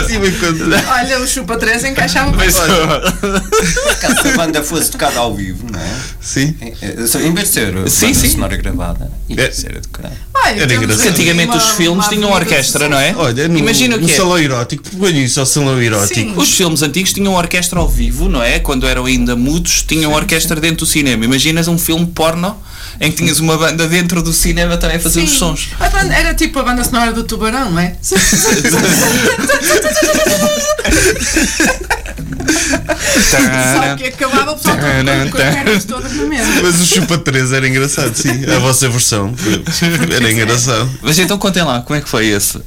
[SPEAKER 3] Assim, bem quando-
[SPEAKER 6] Olha, o Chupa 3 encaixava bem.
[SPEAKER 7] Caso a banda fosse tocada ao vivo, não é?
[SPEAKER 3] Sim.
[SPEAKER 7] É, é, só- Em vez de ser a
[SPEAKER 5] Sim,
[SPEAKER 7] banda
[SPEAKER 5] sim.
[SPEAKER 7] sonora gravada, ia
[SPEAKER 3] É.
[SPEAKER 7] ser a tocar.
[SPEAKER 6] Olha,
[SPEAKER 3] Era
[SPEAKER 6] temos
[SPEAKER 3] engraçado.
[SPEAKER 6] aqui
[SPEAKER 5] Antigamente
[SPEAKER 6] uma-
[SPEAKER 5] os filmes
[SPEAKER 6] uma
[SPEAKER 5] tinham
[SPEAKER 6] avenida de
[SPEAKER 5] orquestra, não é?
[SPEAKER 3] Olha, no,
[SPEAKER 5] Imagina o
[SPEAKER 3] no
[SPEAKER 5] que é.
[SPEAKER 3] salão erótico, põe isso ao salão erótico.
[SPEAKER 6] Sim.
[SPEAKER 5] Os filmes antigos tinham orquestra ao vivo, não é? Quando eram ainda mudos, tinham orquestra dentro do cinema. Imaginas um filme porno em que tinhas uma banda dentro do cinema também a fazer os
[SPEAKER 6] Sim.
[SPEAKER 5] sons.
[SPEAKER 6] A banda- era tipo a banda sonora do Tubarão,
[SPEAKER 3] <laughs>
[SPEAKER 6] não é? Só que acabava o pessoal todo com as pernas todas na mesa.
[SPEAKER 3] Mas o Chupa 3 era engraçado, sim. A vossa versão era engraçado.
[SPEAKER 5] Mas então contem lá, como é que foi esse?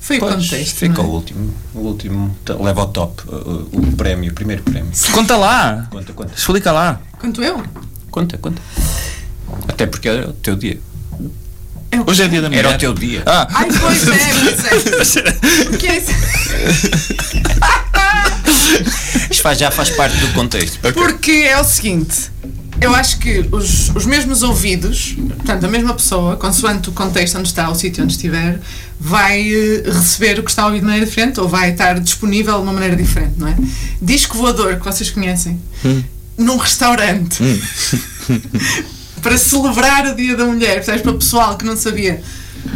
[SPEAKER 6] Foi o contexto.
[SPEAKER 7] Fica o
[SPEAKER 6] não é?
[SPEAKER 7] último. O último t- leva ao top uh, uh, o prémio, o primeiro prémio.
[SPEAKER 5] Conta lá!
[SPEAKER 7] Conta, conta.
[SPEAKER 5] Explica lá.
[SPEAKER 6] Quanto eu?
[SPEAKER 7] Conta, conta. Até porque era o teu dia.
[SPEAKER 6] Eu-
[SPEAKER 5] Hoje é dia da mulher.
[SPEAKER 7] Era o teu dia.
[SPEAKER 5] Ah,
[SPEAKER 6] Ai, pois é, pois é. Porque é isso.
[SPEAKER 7] Isto faz- já faz parte do contexto.
[SPEAKER 6] Porque é o seguinte, eu acho que os, os mesmos ouvidos, portanto, a mesma pessoa, consoante o contexto onde está, o sítio onde estiver, vai eh, receber o que está a ouvir de maneira diferente ou vai estar disponível de uma maneira diferente, não é? Disco voador, que vocês conhecem, num restaurante.
[SPEAKER 5] Hum.
[SPEAKER 6] <laughs> Para celebrar o Dia da Mulher, percebes? Para o pessoal que não sabia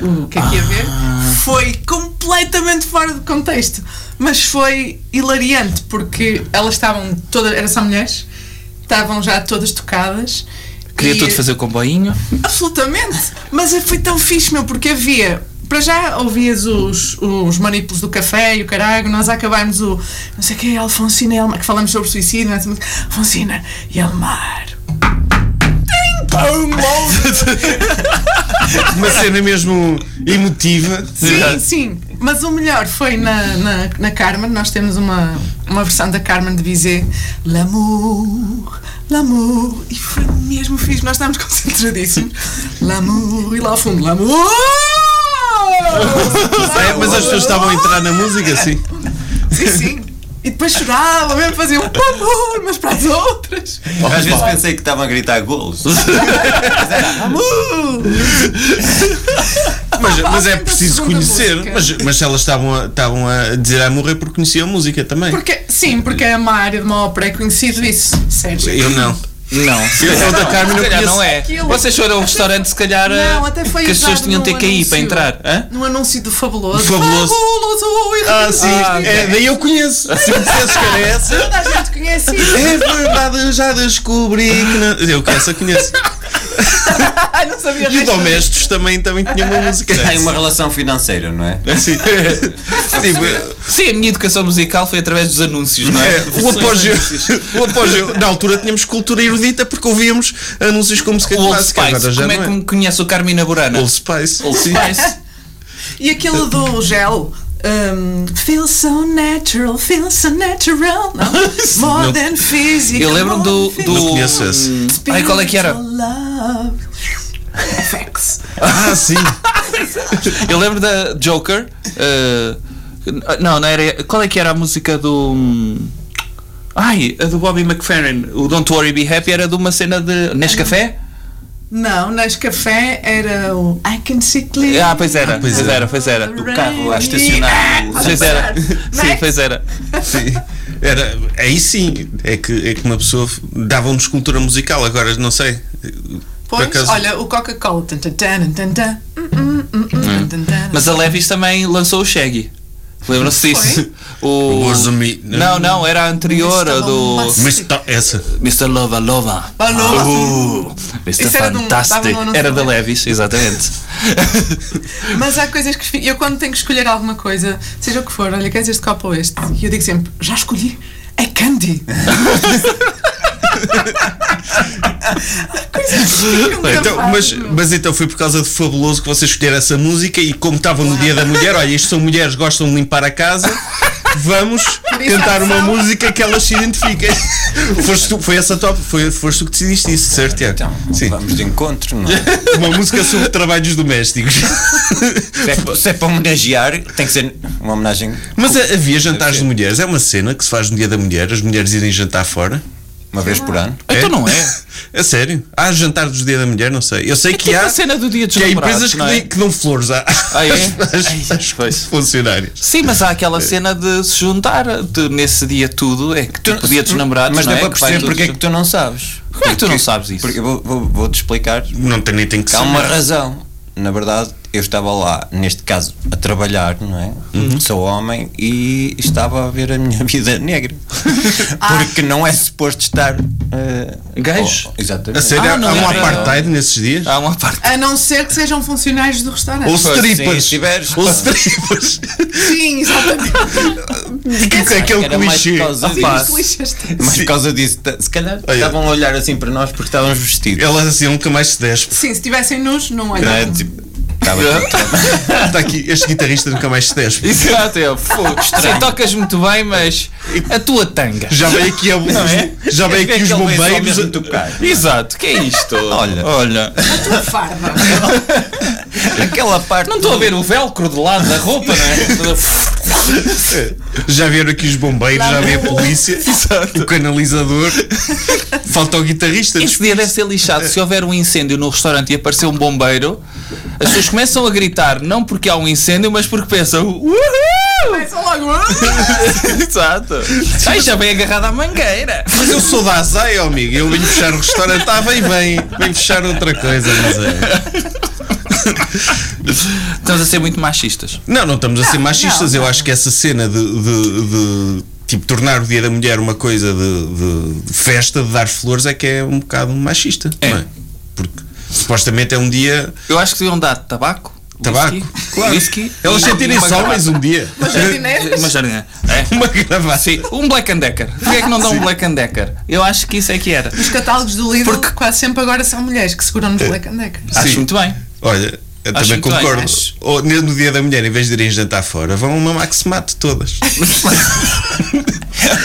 [SPEAKER 6] o que é que ia ver,
[SPEAKER 5] Ah.
[SPEAKER 6] foi completamente fora de contexto. Mas foi hilariante, porque elas estavam todas, eram só mulheres, estavam já todas tocadas.
[SPEAKER 5] queria
[SPEAKER 6] e-
[SPEAKER 5] tudo fazer o comboinho.
[SPEAKER 6] Absolutamente! Mas foi tão fixe, meu, porque havia. Para já ouvias os, os manipulos do café e o caralho, nós acabámos o. Não sei o que é, Alfonsina e Elmar, que falamos sobre suicídio, não é? Alfonsina e Elmar. Tim, pum, lol.
[SPEAKER 3] Uma cena mesmo emotiva.
[SPEAKER 6] Sim, sim. Mas o melhor foi na, na, na Carmen. Nós temos uma, uma versão da Carmen de Bizet. L'amour, l'amour. E foi mesmo fixe. Nós estávamos <laughs> concentradíssimos. L'amour. E lá ao fundo, l'amour.
[SPEAKER 3] É, mas as pessoas estavam a entrar na música, sim.
[SPEAKER 6] Sim, sim. E depois choravam, mesmo faziam amor, mas para as outras.
[SPEAKER 7] Às vezes pensei que estavam a gritar golos.
[SPEAKER 3] Mas, mas é
[SPEAKER 6] sempre a
[SPEAKER 3] preciso
[SPEAKER 6] Ah, segunda
[SPEAKER 3] conhecer.
[SPEAKER 6] música.
[SPEAKER 3] Mas, mas se elas estavam a, estavam a dizer amor é porque conheciam a música também.
[SPEAKER 6] Porque, sim, porque é uma área de uma ópera, é conhecido isso, Sérgio.
[SPEAKER 3] Eu não.
[SPEAKER 5] Não.
[SPEAKER 3] Eu sou da Carmen, eu
[SPEAKER 5] Se calhar
[SPEAKER 3] conheço.
[SPEAKER 5] não é.
[SPEAKER 6] Aquilo.
[SPEAKER 5] Vocês foram a um restaurante, se calhar, eh,
[SPEAKER 6] Não, até foi
[SPEAKER 5] que as pessoas
[SPEAKER 6] usado
[SPEAKER 5] tinham
[SPEAKER 6] no
[SPEAKER 5] TKI para
[SPEAKER 6] anúncio.
[SPEAKER 5] entrar. Hã?
[SPEAKER 6] No anúncio do Fabuloso.
[SPEAKER 3] Fabuloso.
[SPEAKER 6] Fabuloso! oh,
[SPEAKER 3] Ah, sim.
[SPEAKER 5] Ah,
[SPEAKER 3] é, daí eu conheço.
[SPEAKER 6] Ah.
[SPEAKER 3] Se me dissesses que era essa.
[SPEAKER 6] Toda a
[SPEAKER 5] <laughs>
[SPEAKER 6] gente conhece isso.
[SPEAKER 3] É verdade, eu já descobri que não. Eu que essa conheço.
[SPEAKER 6] Ai, não sabia
[SPEAKER 3] E o
[SPEAKER 6] resto.
[SPEAKER 3] Domestos também, também tinha uma música.
[SPEAKER 7] Tem uma relação financeira, não é?
[SPEAKER 3] Sim. Tipo,
[SPEAKER 5] Sim, a minha educação musical foi através dos anúncios, não é?
[SPEAKER 3] É, o apogeu, o apogeu, na altura tínhamos cultura erudita porque ouvíamos anúncios como se
[SPEAKER 5] O Old
[SPEAKER 3] clássica, agora
[SPEAKER 5] Spice.
[SPEAKER 3] já
[SPEAKER 5] Como é
[SPEAKER 3] não
[SPEAKER 5] que me conhece o Carmina Burana?
[SPEAKER 3] Old Spice.
[SPEAKER 5] Old Spice.
[SPEAKER 6] E aquele do gel. Um, feel so natural, feel so
[SPEAKER 5] <laughs>
[SPEAKER 6] natural. Não? More
[SPEAKER 3] Não.
[SPEAKER 6] than physical.
[SPEAKER 5] Eu lembro do.
[SPEAKER 6] more
[SPEAKER 5] do
[SPEAKER 3] Não conheço esse.
[SPEAKER 6] than
[SPEAKER 5] Ai, qual é que era?
[SPEAKER 6] spiritual love. Facts.
[SPEAKER 3] Ah, sim.
[SPEAKER 5] Eu lembro da Joker. eh, não, não era. Qual é que era a música do. hum, Ai, a do Bobby McFerrin. O Don't Worry Be Happy era de uma cena de. Nescafé?
[SPEAKER 6] Não, nas café era o I can see clear.
[SPEAKER 5] Ah, pois era, pois,
[SPEAKER 3] pois
[SPEAKER 5] era,
[SPEAKER 3] era.
[SPEAKER 5] pois era.
[SPEAKER 7] O carro a estacionar. no-
[SPEAKER 5] Pois era. <laughs> Sim, pois era.
[SPEAKER 3] Sim. Era, aí sim, é que, é que uma pessoa f- dava-nos cultura musical, agora não sei.
[SPEAKER 6] Pois,
[SPEAKER 3] acaso-
[SPEAKER 6] olha, o Coca-Cola. Tan, tan, tan, tan, tan. Hum, hum, hum, hum, tan, tan.
[SPEAKER 5] Mas a Levis também lançou o Shaggy. Lembram-se disso? O.
[SPEAKER 3] Gozumi-
[SPEAKER 5] Não, não, era a anterior a do.
[SPEAKER 3] Mas tá- essa.
[SPEAKER 5] Mr. Lova Lova.
[SPEAKER 6] Ah, não.
[SPEAKER 5] Mr.
[SPEAKER 6] Isso era de um- dava
[SPEAKER 5] Fantastic.
[SPEAKER 6] um anúncio
[SPEAKER 5] Uh, Era da
[SPEAKER 6] qualquer.
[SPEAKER 5] Levis,
[SPEAKER 6] <laughs>
[SPEAKER 5] exatamente.
[SPEAKER 6] Mas há coisas que fi- eu quando tenho que escolher alguma coisa, seja o que for, olha, queres este copo ou este? E eu digo sempre, já escolhi, é candy. coisas que ficam
[SPEAKER 3] Então, mas,
[SPEAKER 6] gravadas, meu.
[SPEAKER 3] mas então foi por causa de Fabuloso que vocês escolheram essa música e como estava no Dia da Mulher, olha, isto são mulheres, gostam de limpar a casa, vamos
[SPEAKER 6] isso é
[SPEAKER 3] cantar
[SPEAKER 6] a
[SPEAKER 3] uma
[SPEAKER 6] ação.
[SPEAKER 3] música que elas se identifiquem. <laughs> Foste tu- foi essa top, foi, foste tu que decidiste isso, certo, Tiago?
[SPEAKER 7] Então,
[SPEAKER 3] Sim.
[SPEAKER 7] vamos de encontro, não é?
[SPEAKER 3] Uma música sobre trabalhos
[SPEAKER 7] <laughs>
[SPEAKER 3] domésticos.
[SPEAKER 7] Se é, pa- se é para homenagear, tem que ser uma homenagem.
[SPEAKER 3] Mas a- havia jantares de mulheres, é uma cena que se faz no Dia da Mulher, as mulheres irem jantar fora.
[SPEAKER 7] Uma vez por ano.
[SPEAKER 5] Então não é.
[SPEAKER 3] <laughs> É sério? Há jantar dos Dia da Mulher? Não sei. Eu sei É que
[SPEAKER 5] Tem
[SPEAKER 3] há.
[SPEAKER 5] a cena do dia dos
[SPEAKER 3] Que há
[SPEAKER 5] namorados,
[SPEAKER 3] empresas que,
[SPEAKER 5] não é?
[SPEAKER 3] dê- que dão flores à-
[SPEAKER 5] Ah, é?
[SPEAKER 3] <laughs> às, às-
[SPEAKER 5] Ai,
[SPEAKER 3] às
[SPEAKER 5] pois.
[SPEAKER 3] funcionárias.
[SPEAKER 5] Sim, mas há aquela cena de se juntar de- nesse dia tudo, é que tu, tipo, dia dos namorados,
[SPEAKER 7] Mas
[SPEAKER 5] não
[SPEAKER 7] dá
[SPEAKER 5] é?
[SPEAKER 7] para
[SPEAKER 5] Que vai
[SPEAKER 7] perceber
[SPEAKER 5] tudo
[SPEAKER 7] porque é que
[SPEAKER 5] junto.
[SPEAKER 7] tu não sabes.
[SPEAKER 5] Como é que tu não sabes isso?
[SPEAKER 7] Porque eu vou- vou- vou-te explicar.
[SPEAKER 3] Não tem nem tem que
[SPEAKER 7] Que há
[SPEAKER 3] ser.
[SPEAKER 7] uma razão. Na verdade, eu estava lá, neste caso, a trabalhar, não é? Sou homem e estava a ver a minha <laughs> vida negra. Porque não é suposto estar. eh,
[SPEAKER 5] Gajo?
[SPEAKER 7] oh, exatamente.
[SPEAKER 3] A sério,
[SPEAKER 5] Ah,
[SPEAKER 3] há-
[SPEAKER 5] não
[SPEAKER 3] há um
[SPEAKER 5] era.
[SPEAKER 3] apartheid nesses dias?
[SPEAKER 5] Há uma parte.
[SPEAKER 6] A não ser que sejam funcionários do restaurante.
[SPEAKER 3] Ou
[SPEAKER 7] Ah, Pois, sim,
[SPEAKER 3] strippers?
[SPEAKER 7] se tiveres-
[SPEAKER 3] Ou strippers? <laughs>
[SPEAKER 7] <laughs>
[SPEAKER 6] Sim, exatamente.
[SPEAKER 3] Que é aquele
[SPEAKER 7] Era mais
[SPEAKER 3] clichê.
[SPEAKER 7] por causa
[SPEAKER 5] Ah,
[SPEAKER 7] disso.
[SPEAKER 5] pá.
[SPEAKER 6] Lixaste.
[SPEAKER 7] Mas por causa disso, ta- se calhar
[SPEAKER 3] Olha.
[SPEAKER 7] estavam a olhar assim para nós porque
[SPEAKER 3] <laughs>
[SPEAKER 7] estávamos vestidos.
[SPEAKER 3] Elas assim nunca mais se
[SPEAKER 5] <laughs>
[SPEAKER 3] despe.
[SPEAKER 6] Sim, se tivessem nus, não
[SPEAKER 7] Não é?
[SPEAKER 6] olhavam.
[SPEAKER 7] Tipo, estava
[SPEAKER 3] Está aqui, este guitarrista nunca mais se despe.
[SPEAKER 5] Exato, é fogo. Sim, tocas muito bem, mas a tua tanga.
[SPEAKER 3] Já veio aqui, a,
[SPEAKER 5] é?
[SPEAKER 3] já veio aqui os bombeiros.
[SPEAKER 7] a tocar.
[SPEAKER 5] Exato, que é isto?
[SPEAKER 7] Olha.
[SPEAKER 5] olha.
[SPEAKER 6] Farda.
[SPEAKER 7] Aquela parte.
[SPEAKER 5] Não estou a ver o velcro do lado da roupa, não é?
[SPEAKER 3] Já vieram aqui os bombeiros, já veio a
[SPEAKER 5] <laughs>
[SPEAKER 3] polícia, o canalizador. Falta o guitarrista.
[SPEAKER 5] <laughs> Esse dia deve ser lixado. Se houver um incêndio no restaurante e aparecer um bombeiro, as pessoas começam a gritar, não porque há um incêndio, mas porque pensam. Uhul!
[SPEAKER 6] Só logo. "Ah!"
[SPEAKER 5] <laughs> Exato. Ai, já bem agarrado à mangueira.
[SPEAKER 3] Mas eu sou da Azaia, amigo. Eu venho fechar o restaurante. Ah, bem, bem. Venho fechar outra coisa, mas é.
[SPEAKER 5] Estamos a ser muito machistas.
[SPEAKER 3] Não, não estamos a ser machistas. Eu acho que essa cena de. de- de, Tipo, tornar o Dia da Mulher uma coisa de, de festa, de dar flores, é que é um bocado machista.
[SPEAKER 5] É.
[SPEAKER 3] Não é? Porque supostamente é um dia.
[SPEAKER 5] Eu acho que deviam dar tabaco.
[SPEAKER 3] Tabaco?
[SPEAKER 5] whisky,
[SPEAKER 3] Claro.
[SPEAKER 5] whisky
[SPEAKER 3] Elas
[SPEAKER 5] e- e
[SPEAKER 3] sentirem
[SPEAKER 5] uma
[SPEAKER 3] só mais
[SPEAKER 5] gravata.
[SPEAKER 3] um dia.
[SPEAKER 6] Mas jardineiras.
[SPEAKER 5] Uma jardineira. É.
[SPEAKER 3] <laughs> Uma gravata.
[SPEAKER 5] Sim, um Black and Decker. Porquê é que não dão um Black and Decker? Eu acho que isso é que era.
[SPEAKER 6] Os catálogos do Lidl
[SPEAKER 5] Porque-
[SPEAKER 6] quase sempre agora são mulheres que seguram nos Black and Decker.
[SPEAKER 5] Acho
[SPEAKER 3] Sim.
[SPEAKER 5] muito bem.
[SPEAKER 3] Olha, eu também
[SPEAKER 5] Acho é muito bem,
[SPEAKER 3] concordo.
[SPEAKER 5] acho.
[SPEAKER 3] Ou, ne- no Dia da Mulher, em vez de irem jantar fora, vão a uma Maximate todas.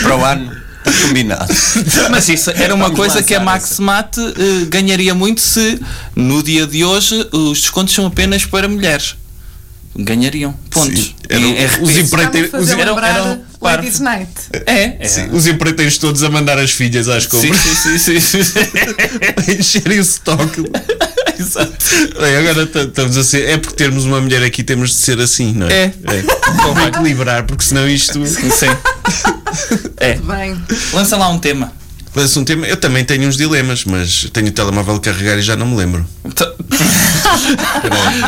[SPEAKER 7] Para o ano, combinado.
[SPEAKER 5] Mas isso era uma
[SPEAKER 7] Vamos
[SPEAKER 5] coisa
[SPEAKER 7] lançar
[SPEAKER 5] que a Maxmat eh, ganharia muito se no dia de hoje os descontos são apenas para mulheres. Ganhariam é pontos.
[SPEAKER 3] Sim, eram
[SPEAKER 5] Em RP.
[SPEAKER 3] os
[SPEAKER 6] Está-me a
[SPEAKER 3] empreiteiros. os
[SPEAKER 6] fazer
[SPEAKER 5] eram-
[SPEAKER 6] lembrar
[SPEAKER 5] eram-
[SPEAKER 6] Ladies Night.
[SPEAKER 5] É, é.
[SPEAKER 3] Sim, os empreiteiros todos a mandar as filhas às
[SPEAKER 5] Sim,
[SPEAKER 3] compras
[SPEAKER 5] sim, sim, sim, sim.
[SPEAKER 3] <laughs> a encherem o estoque.
[SPEAKER 5] <laughs> Exato.
[SPEAKER 3] Bem, agora t- estamos a ser. É porque termos uma mulher aqui temos de ser assim, não
[SPEAKER 5] É.
[SPEAKER 3] é? Convém equilibrar, porque senão isto.
[SPEAKER 5] Sim. É.
[SPEAKER 6] Bem,
[SPEAKER 5] Lança lá um
[SPEAKER 3] <laughs>
[SPEAKER 5] tema.
[SPEAKER 3] Lança um tema. Eu também tenho uns dilemas, mas tenho o telemóvel a carregar e já não me lembro.
[SPEAKER 5] Tá.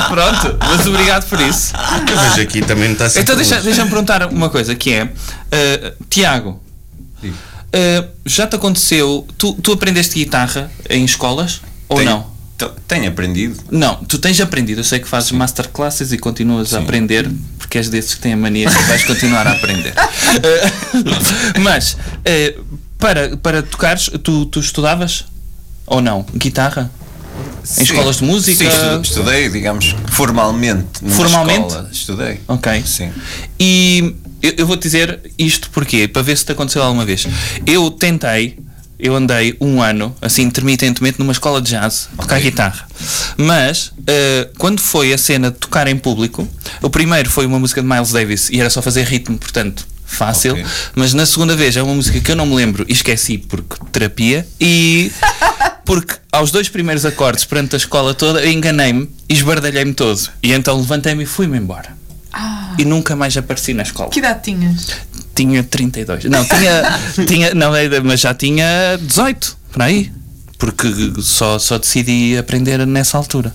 [SPEAKER 5] Pronto, mas obrigado por isso.
[SPEAKER 3] Mas aqui também não está a ser.
[SPEAKER 5] Então deixa-
[SPEAKER 3] famoso.
[SPEAKER 5] deixa-me perguntar uma coisa que é eh, Tiago. eh, já te aconteceu? Tu, tu aprendeste guitarra em escolas ou
[SPEAKER 7] Tenho-
[SPEAKER 5] não?
[SPEAKER 7] T- Tenho aprendido.
[SPEAKER 5] Não, tu tens aprendido. Eu sei que fazes masterclasses e continuas a aprender, porque és desses que têm a mania que vais continuar a
[SPEAKER 7] <laughs>
[SPEAKER 5] aprender. Eh, Mas, eh, para, para tocares, tu, tu estudavas? Ou não? Guitarra? Em escolas de música?
[SPEAKER 7] Sim, estu- estudei, digamos, formalmente. numa
[SPEAKER 5] Formalmente?
[SPEAKER 7] escola. Estudei.
[SPEAKER 5] Ok.
[SPEAKER 7] Sim.
[SPEAKER 5] E eu, eu vou te dizer isto porque, para ver se te aconteceu alguma vez. Eu tentei, eu andei um ano, assim, intermitentemente, numa escola de jazz, a tocar guitarra. Mas, eh, quando foi a cena de tocar em público, o primeiro foi uma música de Miles Davis e era só fazer ritmo, portanto. Fácil,
[SPEAKER 7] Ok.
[SPEAKER 5] mas na segunda vez é uma música que eu não me lembro e esqueci porque terapia e <laughs> porque aos dois primeiros acordes perante a escola toda eu enganei-me e esbardalhei-me todo e então levantei-me e fui-me embora e nunca mais apareci na escola.
[SPEAKER 6] Que idade tinhas?
[SPEAKER 5] Tinha 32. Não, tinha, tinha não, é, mas já tinha 18, por aí. Porque só, só decidi aprender nessa altura.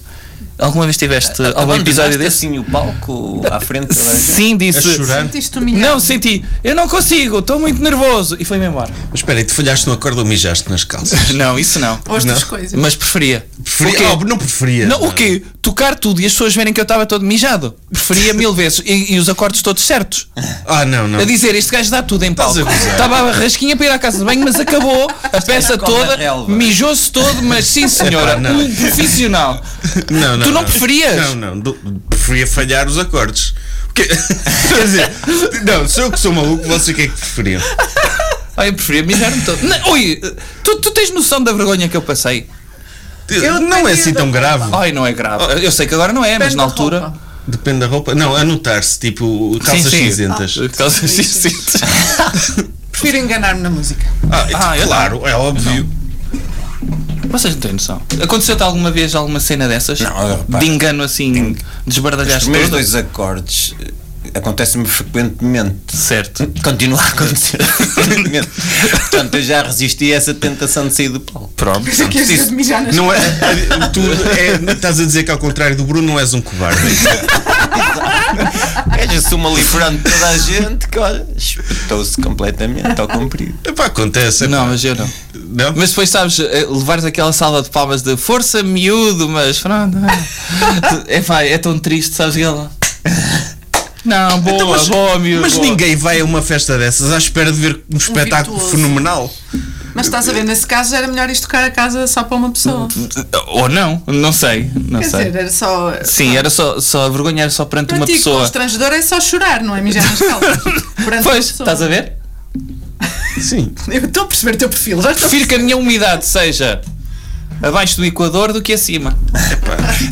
[SPEAKER 5] Alguma vez tiveste
[SPEAKER 3] Ah,
[SPEAKER 5] algum episódio
[SPEAKER 7] Abandonaste,
[SPEAKER 5] desse?
[SPEAKER 7] assim o palco à frente da
[SPEAKER 5] Sim, disse.
[SPEAKER 3] chorar?
[SPEAKER 6] Sentiste humilhado?
[SPEAKER 5] Não, senti. Eu não consigo, estou muito nervoso. E
[SPEAKER 3] <laughs>
[SPEAKER 5] foi-me embora.
[SPEAKER 3] Mas espera aí, te falhaste no acordo ou mijaste nas
[SPEAKER 5] <laughs>
[SPEAKER 3] calças?
[SPEAKER 5] Não, isso não.
[SPEAKER 6] Ou as duas
[SPEAKER 3] Não.
[SPEAKER 6] coisas?
[SPEAKER 5] Mas preferia.
[SPEAKER 3] Preferia-
[SPEAKER 5] O quê?
[SPEAKER 3] Oh, não preferia.
[SPEAKER 5] Não, o quê? Tocar tudo e as pessoas verem que eu estava todo mijado. Preferia mil vezes. E, e os acordes todos certos.
[SPEAKER 3] Ah, não, não.
[SPEAKER 5] a dizer este gajo dá tudo em palco.
[SPEAKER 3] Estás a gozar.
[SPEAKER 5] Estava a rasquinha para ir à casa de banho,
[SPEAKER 3] <laughs>
[SPEAKER 5] mas acabou a peça
[SPEAKER 7] come na
[SPEAKER 5] toda,
[SPEAKER 7] relva.
[SPEAKER 5] mijou-se todo, mas sim senhora,
[SPEAKER 3] Epá, não.
[SPEAKER 5] um profissional.
[SPEAKER 3] Não,
[SPEAKER 5] tu não preferias?
[SPEAKER 3] Não, não. do- preferia falhar os acordes. Porque- <laughs> Quer dizer, não, se eu que sou maluco, você o que é que preferia?
[SPEAKER 5] Ah, eu preferia mijar-me todo. Não, ui, tu, tu tens noção da vergonha que eu passei?
[SPEAKER 6] Eu
[SPEAKER 3] não é
[SPEAKER 6] teria
[SPEAKER 3] assim tão
[SPEAKER 6] da
[SPEAKER 3] grave.
[SPEAKER 5] Ai, não é
[SPEAKER 3] Ah.
[SPEAKER 5] grave. Eu sei que agora não é, mas
[SPEAKER 6] Depende
[SPEAKER 5] na
[SPEAKER 6] da
[SPEAKER 5] altura.
[SPEAKER 6] roupa.
[SPEAKER 3] Depende da roupa. Não, anotar-se, tipo, calças
[SPEAKER 5] sim. Ah,
[SPEAKER 3] cinzentas.
[SPEAKER 5] Calças
[SPEAKER 6] sim,
[SPEAKER 5] cinzentas.
[SPEAKER 6] Prefiro enganar-me na música.
[SPEAKER 3] Ah, é-
[SPEAKER 5] Ah, eu
[SPEAKER 3] claro, é óbvio.
[SPEAKER 5] Vocês não têm noção. Aconteceu-te alguma vez alguma cena dessas?
[SPEAKER 7] Não, eu, pá,
[SPEAKER 5] de engano assim,
[SPEAKER 7] Os
[SPEAKER 5] desbardalhaste
[SPEAKER 7] primeiros
[SPEAKER 5] todo?
[SPEAKER 7] dois acordes eh, acontecem-me frequentemente.
[SPEAKER 5] Certo.
[SPEAKER 7] Continua a acontecer <laughs> frequentemente. Portanto, eu já resisti a essa tentação de sair do palco.
[SPEAKER 5] Pronto.
[SPEAKER 6] Pensei que ias dizer de mijar nas
[SPEAKER 3] Não é, é- tu é- estás a dizer que ao contrário do Bruno não és um covarde.
[SPEAKER 7] Eu sou uma livrante de toda a gente que, olha, espetou-se completamente ao comprido.
[SPEAKER 3] Epá, acontece.
[SPEAKER 5] Não,
[SPEAKER 3] epá.
[SPEAKER 5] mas eu não.
[SPEAKER 3] Não?
[SPEAKER 5] Mas depois, sabes, eh, levares aquela salva de palmas de força, miúdo, mas pronto. <laughs> É, pá, é tão triste, sabes, ela. Não, boa,
[SPEAKER 3] Então, mas,
[SPEAKER 5] boa, miúdo.
[SPEAKER 3] mas
[SPEAKER 5] boa.
[SPEAKER 3] ninguém vai a uma festa dessas à espera de ver um espetáculo
[SPEAKER 6] virtuoso.
[SPEAKER 3] fenomenal.
[SPEAKER 6] Mas estás a ver, nesse caso era melhor isto tocar a casa só para uma pessoa.
[SPEAKER 5] Ou não, não sei, não
[SPEAKER 6] Quer
[SPEAKER 5] sei.
[SPEAKER 6] dizer, era só.
[SPEAKER 5] Sim, era só, só a vergonha era só perante
[SPEAKER 6] Para
[SPEAKER 5] uma
[SPEAKER 6] ti,
[SPEAKER 5] pessoa.
[SPEAKER 6] constrangedor é só chorar, não é mijar nas calças.
[SPEAKER 5] <laughs>
[SPEAKER 6] Perante
[SPEAKER 5] Pois,
[SPEAKER 6] uma pessoa.
[SPEAKER 5] estás a ver?
[SPEAKER 3] Sim.
[SPEAKER 6] Eu estou a perceber o teu perfil. Já estou...
[SPEAKER 5] Prefiro que a minha umidade seja abaixo do Equador do que acima.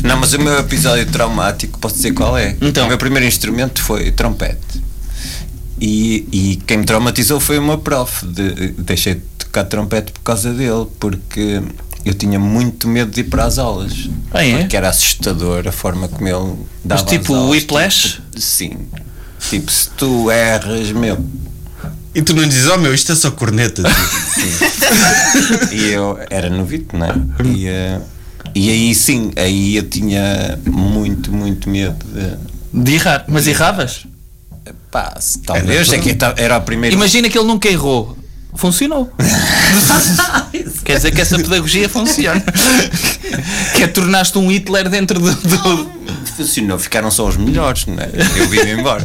[SPEAKER 7] Não, mas o meu episódio traumático, posso dizer qual é?
[SPEAKER 5] Então.
[SPEAKER 7] O meu primeiro instrumento foi trompete. E, e quem me traumatizou foi o meu prof. De, deixei de tocar trompete por causa dele, porque eu tinha muito medo de ir para as aulas.
[SPEAKER 5] Ah, é?
[SPEAKER 7] Porque era assustador a forma como ele dava
[SPEAKER 5] Mas tipo
[SPEAKER 7] as aulas.
[SPEAKER 5] Whiplash?
[SPEAKER 7] Tipo, sim. Tipo, se tu erras, meu,
[SPEAKER 3] E tu não dizes, oh meu, isto é só corneta.
[SPEAKER 7] E eu era novito, não é? E, eh, e aí sim, aí eu tinha muito, muito medo de.
[SPEAKER 5] De errar. Mas erravas?
[SPEAKER 7] Pá, se talvez. É que eu tava- era a primeira.
[SPEAKER 5] Imagina que ele nunca errou. Funcionou.
[SPEAKER 3] <laughs>
[SPEAKER 5] Quer dizer que essa pedagogia funciona. que é tornaste um Hitler dentro do. do...
[SPEAKER 7] Funcionou, ficaram só os melhores, não é? Eu vim <laughs> embora.